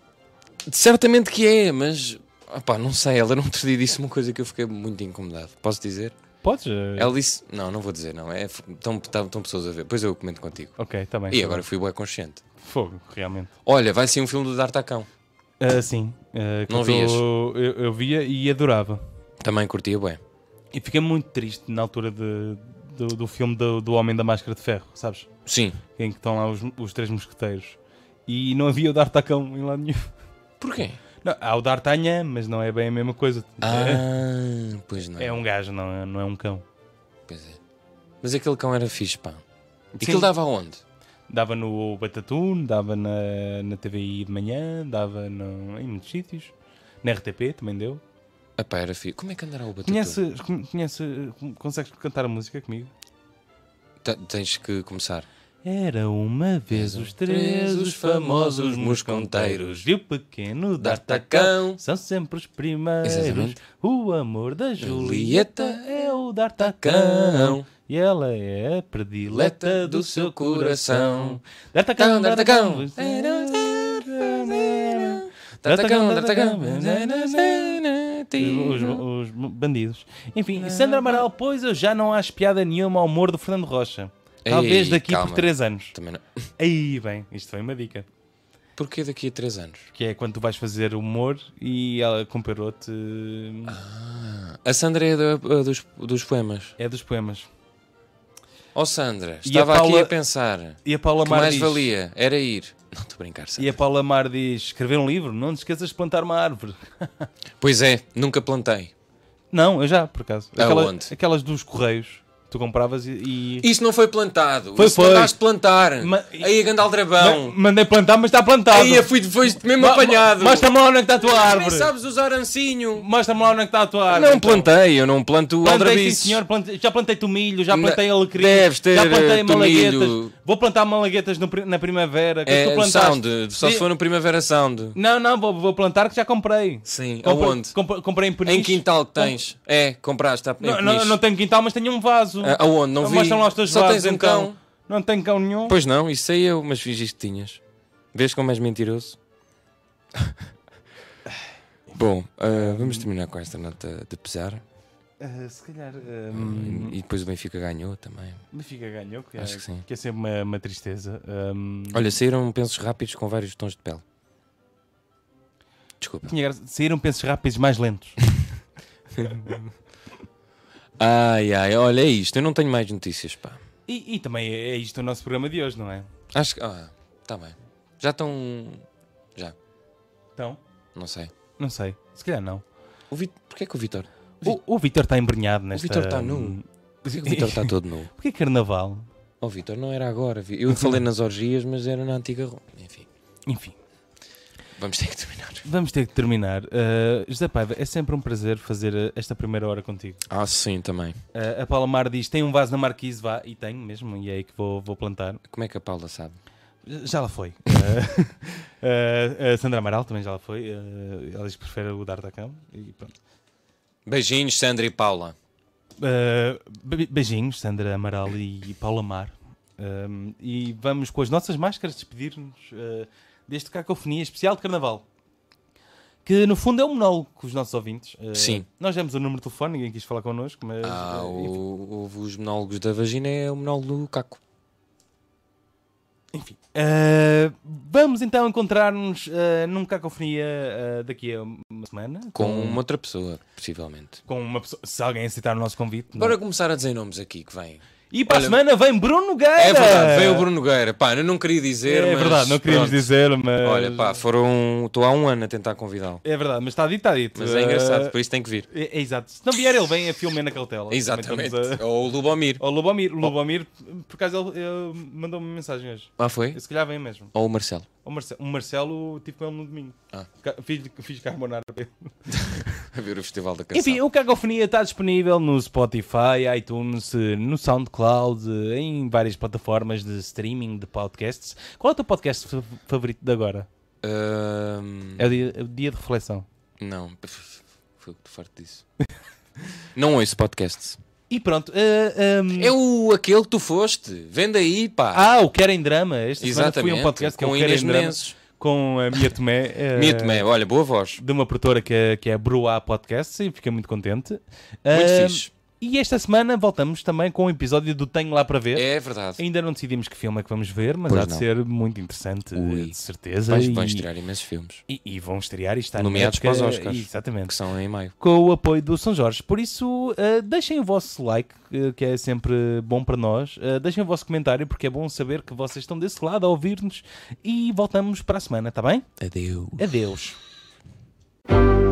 Speaker 2: Certamente que é, mas. opá, não sei, ela no outro dia disse uma coisa que eu fiquei muito incomodado. Posso dizer?
Speaker 1: Podes? eh,
Speaker 2: Ela disse. Não, não vou dizer, não. É, estão, pessoas a ver. Depois eu comento contigo.
Speaker 1: Ok, está bem.
Speaker 2: E
Speaker 1: tá
Speaker 2: agora
Speaker 1: bem.
Speaker 2: fui bem consciente.
Speaker 1: Fogo, realmente.
Speaker 2: Olha, vai ser um filme do D'Artacão.
Speaker 1: Ah, sim. ah, que
Speaker 2: Não
Speaker 1: eu
Speaker 2: vias?
Speaker 1: tô- Eu, eu via e adorava.
Speaker 2: Também curtia bem.
Speaker 1: E fiquei muito triste na altura de- do, do filme do, do Homem da Máscara de Ferro, sabes?
Speaker 2: Sim.
Speaker 1: Em que estão lá os, os três mosqueteiros. E não havia o D'Artacão em lado nenhum.
Speaker 2: Porquê?
Speaker 1: Não, há o D'Artagnan, mas não é bem a mesma coisa.
Speaker 2: Ah, pois não.
Speaker 1: É, é um gajo, não é, não é um cão.
Speaker 2: Pois é. Mas aquele cão era fixe, pá. E
Speaker 1: Sim.
Speaker 2: aquilo dava aonde?
Speaker 1: Dava no Batatune, dava na, na TVI de manhã, dava no- em muitos sítios. Na RTP também deu.
Speaker 2: Ah, pá, era fixe. Como é que andará o Batutu?
Speaker 1: Conheces, con- conhece, consegues cantar a música comigo?
Speaker 2: Te- Tens que começar.
Speaker 1: Era uma vez os três, os famosos mosconteiros. E o pequeno D'Artacão são sempre os primeiros.
Speaker 2: Exatamente.
Speaker 1: O amor da Julieta
Speaker 2: Julieta
Speaker 1: é o D'Artacão. E ela é a predileta do seu coração. D'Artacão, D'Artacão. D'Artacão, D'Artacão. Os, os bandidos. Enfim, Sandra Amaral, pois eu já não acho piada nenhuma ao humor do Fernando Rocha. Talvez
Speaker 2: Ei,
Speaker 1: daqui
Speaker 2: calma.
Speaker 1: por 3 anos.
Speaker 2: Também não.
Speaker 1: Aí, bem, isto foi uma dica.
Speaker 2: Porquê daqui a 3 anos?
Speaker 1: Que é quando tu vais fazer humor e ela comparou-te.
Speaker 2: Ah, A Sandra é da- a dos, dos poemas.
Speaker 1: É dos poemas.
Speaker 2: Ó Sandra,
Speaker 1: E
Speaker 2: estava
Speaker 1: a Paula-
Speaker 2: aqui a pensar.
Speaker 1: E a Paula
Speaker 2: que
Speaker 1: Mar
Speaker 2: mais
Speaker 1: diz,
Speaker 2: valia era ir. Não, estou a brincar, Sandra.
Speaker 1: E a Paula Mar diz, escrever um livro? Não te esqueças de plantar uma árvore.
Speaker 2: Pois é, nunca plantei.
Speaker 1: Não, eu já, por acaso.
Speaker 2: Aonde?
Speaker 1: aquelas dos correios que tu compravas e. e-
Speaker 2: Isso não foi plantado.
Speaker 1: Foi,
Speaker 2: Isso
Speaker 1: foi.
Speaker 2: mandaste plantar.
Speaker 1: Ma-
Speaker 2: Aí a Gandaldrabão.
Speaker 1: Ma- Mandei plantar, mas está plantado.
Speaker 2: Aí a fui, foi mesmo
Speaker 1: Ma- ma-
Speaker 2: apanhado.
Speaker 1: Mostra-me lá onde é que está a tua
Speaker 2: Nem
Speaker 1: árvore.
Speaker 2: sabes usar ancinho.
Speaker 1: Mostra-me lá onde é que está a tua árvore.
Speaker 2: Não
Speaker 1: então.
Speaker 2: plantei, eu não planto
Speaker 1: Plantei, sim,
Speaker 2: aldrabices.
Speaker 1: senhor, plantei- já plantei tomilho, já plantei
Speaker 2: Na-
Speaker 1: alecrim,
Speaker 2: deves ter,
Speaker 1: já plantei
Speaker 2: eh,
Speaker 1: malaguetas.
Speaker 2: tomilho.
Speaker 1: Vou plantar malaguetas no pri- na primavera. Que é, que tu
Speaker 2: É
Speaker 1: plantaste?
Speaker 2: sound, só se
Speaker 1: Di-
Speaker 2: for no Primavera Sound.
Speaker 1: Não, não, vou, vou plantar que já comprei.
Speaker 2: Sim,
Speaker 1: Compre-
Speaker 2: aonde?
Speaker 1: compre- comprei em Peniche.
Speaker 2: Em quintal que tens. É, compraste a em
Speaker 1: Não, não,
Speaker 2: Peniche.
Speaker 1: não tenho quintal, mas tenho um vaso.
Speaker 2: Ah, aonde? Não vi.
Speaker 1: Mostra-me lá os teus
Speaker 2: Só
Speaker 1: vasos.
Speaker 2: tens um
Speaker 1: então.
Speaker 2: cão.
Speaker 1: Não tenho cão nenhum.
Speaker 2: Pois não, isso sei eu, mas fingiste que tinhas. Vês como és mentiroso? Bom, ah, vamos terminar com esta nota de pesar.
Speaker 1: Ah, se calhar. ah,
Speaker 2: E depois o Benfica ganhou também.
Speaker 1: Benfica ganhou, que,
Speaker 2: Hum. Acho
Speaker 1: é,
Speaker 2: que sim.
Speaker 1: é sempre uma, uma tristeza. Hum, Ahm,
Speaker 2: Olha, saíram pensos rápidos com vários tons de pele. Desculpa.
Speaker 1: tinha graça- Saíram pensos rápidos mais lentos.
Speaker 2: Ai, ai, olha, é isto. Eu não tenho mais notícias, pá.
Speaker 1: E, e também é é isto o nosso programa de hoje, não é?
Speaker 2: Acho que. Ah, tá bem. Já estão. Já,
Speaker 1: Então,
Speaker 2: não sei.
Speaker 1: não sei. Se calhar não.
Speaker 2: O Vit... Porquê que o Vitor.
Speaker 1: O, o Vitor está embrenhado nesta.
Speaker 2: Vítor está nu. Porquê que o Vitor está todo nu?
Speaker 1: Porquê carnaval?
Speaker 2: Ó, Vitor, não era agora. Vi- Eu falei nas orgias, mas era na antiga Roma. Enfim,
Speaker 1: Enfim,
Speaker 2: vamos ter que terminar.
Speaker 1: vamos ter que terminar. Ah, José Paiva, é sempre um prazer fazer ah, esta primeira hora contigo.
Speaker 2: Ah, sim, também.
Speaker 1: Ah, a Paula Mar diz: tem um vaso na marquise, vá. E tenho mesmo, e é aí que vou, vou plantar.
Speaker 2: Como é que a Paula sabe?
Speaker 1: Já lá foi. Eh, eh, a Sandra Amaral também já lá foi. Eh, ela diz que prefere o D'Artacão. E pronto.
Speaker 2: Beijinhos, Sandra e Paula.
Speaker 1: Eh, be- beijinhos, Sandra Amaral e Paula Mar. Um, e vamos com as nossas máscaras despedir-nos eh, deste Cacofonia Especial de Carnaval. Que no fundo é um monólogo com os nossos ouvintes. Eh,
Speaker 2: Sim.
Speaker 1: Nós demos o número de telefone, ninguém quis falar connosco, mas.
Speaker 2: Ah,
Speaker 1: eh, enfim.
Speaker 2: o... houve os monólogos da vagina, é o monólogo do Caco.
Speaker 1: Eh, vamos então encontrar-nos eh, num Cacofonia eh, daqui a uma semana.
Speaker 2: Com um- uma outra pessoa, possivelmente.
Speaker 1: com uma pessoa, se alguém aceitar o nosso convite. não é?
Speaker 2: Bora começar a dizer nomes aqui que vêm.
Speaker 1: E para
Speaker 2: Olha-
Speaker 1: a semana vem Bruno Nogueira.
Speaker 2: É verdade, veio o Bruno Nogueira. Pá, eu não queria dizer,
Speaker 1: É
Speaker 2: mas
Speaker 1: verdade, não queríamos
Speaker 2: pronto.
Speaker 1: dizer, mas.
Speaker 2: Olha, pá, foram. Estou há um ano a tentar convidá-lo.
Speaker 1: É verdade, mas está dito, está dito.
Speaker 2: Mas é engraçado,
Speaker 1: Eh,
Speaker 2: por isso tem que vir.
Speaker 1: É, é exato. Se não vier, ele vem a Filomena Cautela.
Speaker 2: Exatamente.
Speaker 1: Também estamos a-
Speaker 2: Ou o Lubomir.
Speaker 1: Ao Lubomir. O Lubomir, por acaso, ele, ele mandou-me uma mensagem hoje.
Speaker 2: Ah, foi?
Speaker 1: Se calhar vem mesmo.
Speaker 2: Ou o Marcelo.
Speaker 1: O Marcelo, o Marcelo tive com ele no domingo.
Speaker 2: Ah.
Speaker 1: Ca- Fiz, fiz carbonara. para ele.
Speaker 2: A ver o Festival da Canção.
Speaker 1: Enfim, o Cacofonia está disponível no Spotify, iTunes, eh, no SoundCloud, eh, em várias plataformas de streaming de podcasts. Qual é o teu podcast fa- favorito de agora?
Speaker 2: Ahm,
Speaker 1: É o dia, é o dia de reflexão.
Speaker 2: Não, foi farto disso. não ouço podcasts.
Speaker 1: E pronto. eh, ehm,
Speaker 2: É o aquele que tu foste. Vende aí, pá.
Speaker 1: Ah, o Querem Drama. Esta semana foi um podcast que
Speaker 2: com
Speaker 1: é o
Speaker 2: Inês
Speaker 1: Querem Drama.
Speaker 2: Menezes.
Speaker 1: Com a Mia Tomé. eh,
Speaker 2: Mia Tomé, olha, boa voz.
Speaker 1: De uma produtora que é, que é Bruá Podcasts e fiquei muito contente.
Speaker 2: Muito
Speaker 1: Ehm,
Speaker 2: fixe.
Speaker 1: E esta semana voltamos também com um episódio do Tenho Lá para Ver.
Speaker 2: É verdade.
Speaker 1: Ainda não decidimos que filme é que vamos ver, mas
Speaker 2: Pois
Speaker 1: há de
Speaker 2: não.
Speaker 1: ser muito interessante,
Speaker 2: Ui.
Speaker 1: de certeza.
Speaker 2: Vais,
Speaker 1: e,
Speaker 2: vais tirar imensos filmes.
Speaker 1: e, e vão estrear e estar
Speaker 2: Nomeados
Speaker 1: na época-
Speaker 2: para os Oscars.
Speaker 1: Exatamente.
Speaker 2: Que são em maio.
Speaker 1: com o apoio do São Jorge. Por isso, eh, deixem o vosso like, eh, que é sempre bom para nós. Eh, deixem o vosso comentário, porque é bom saber que vocês estão desse lado a ouvir-nos. E voltamos para a semana, tá bem?
Speaker 2: Adeus.
Speaker 1: Adeus.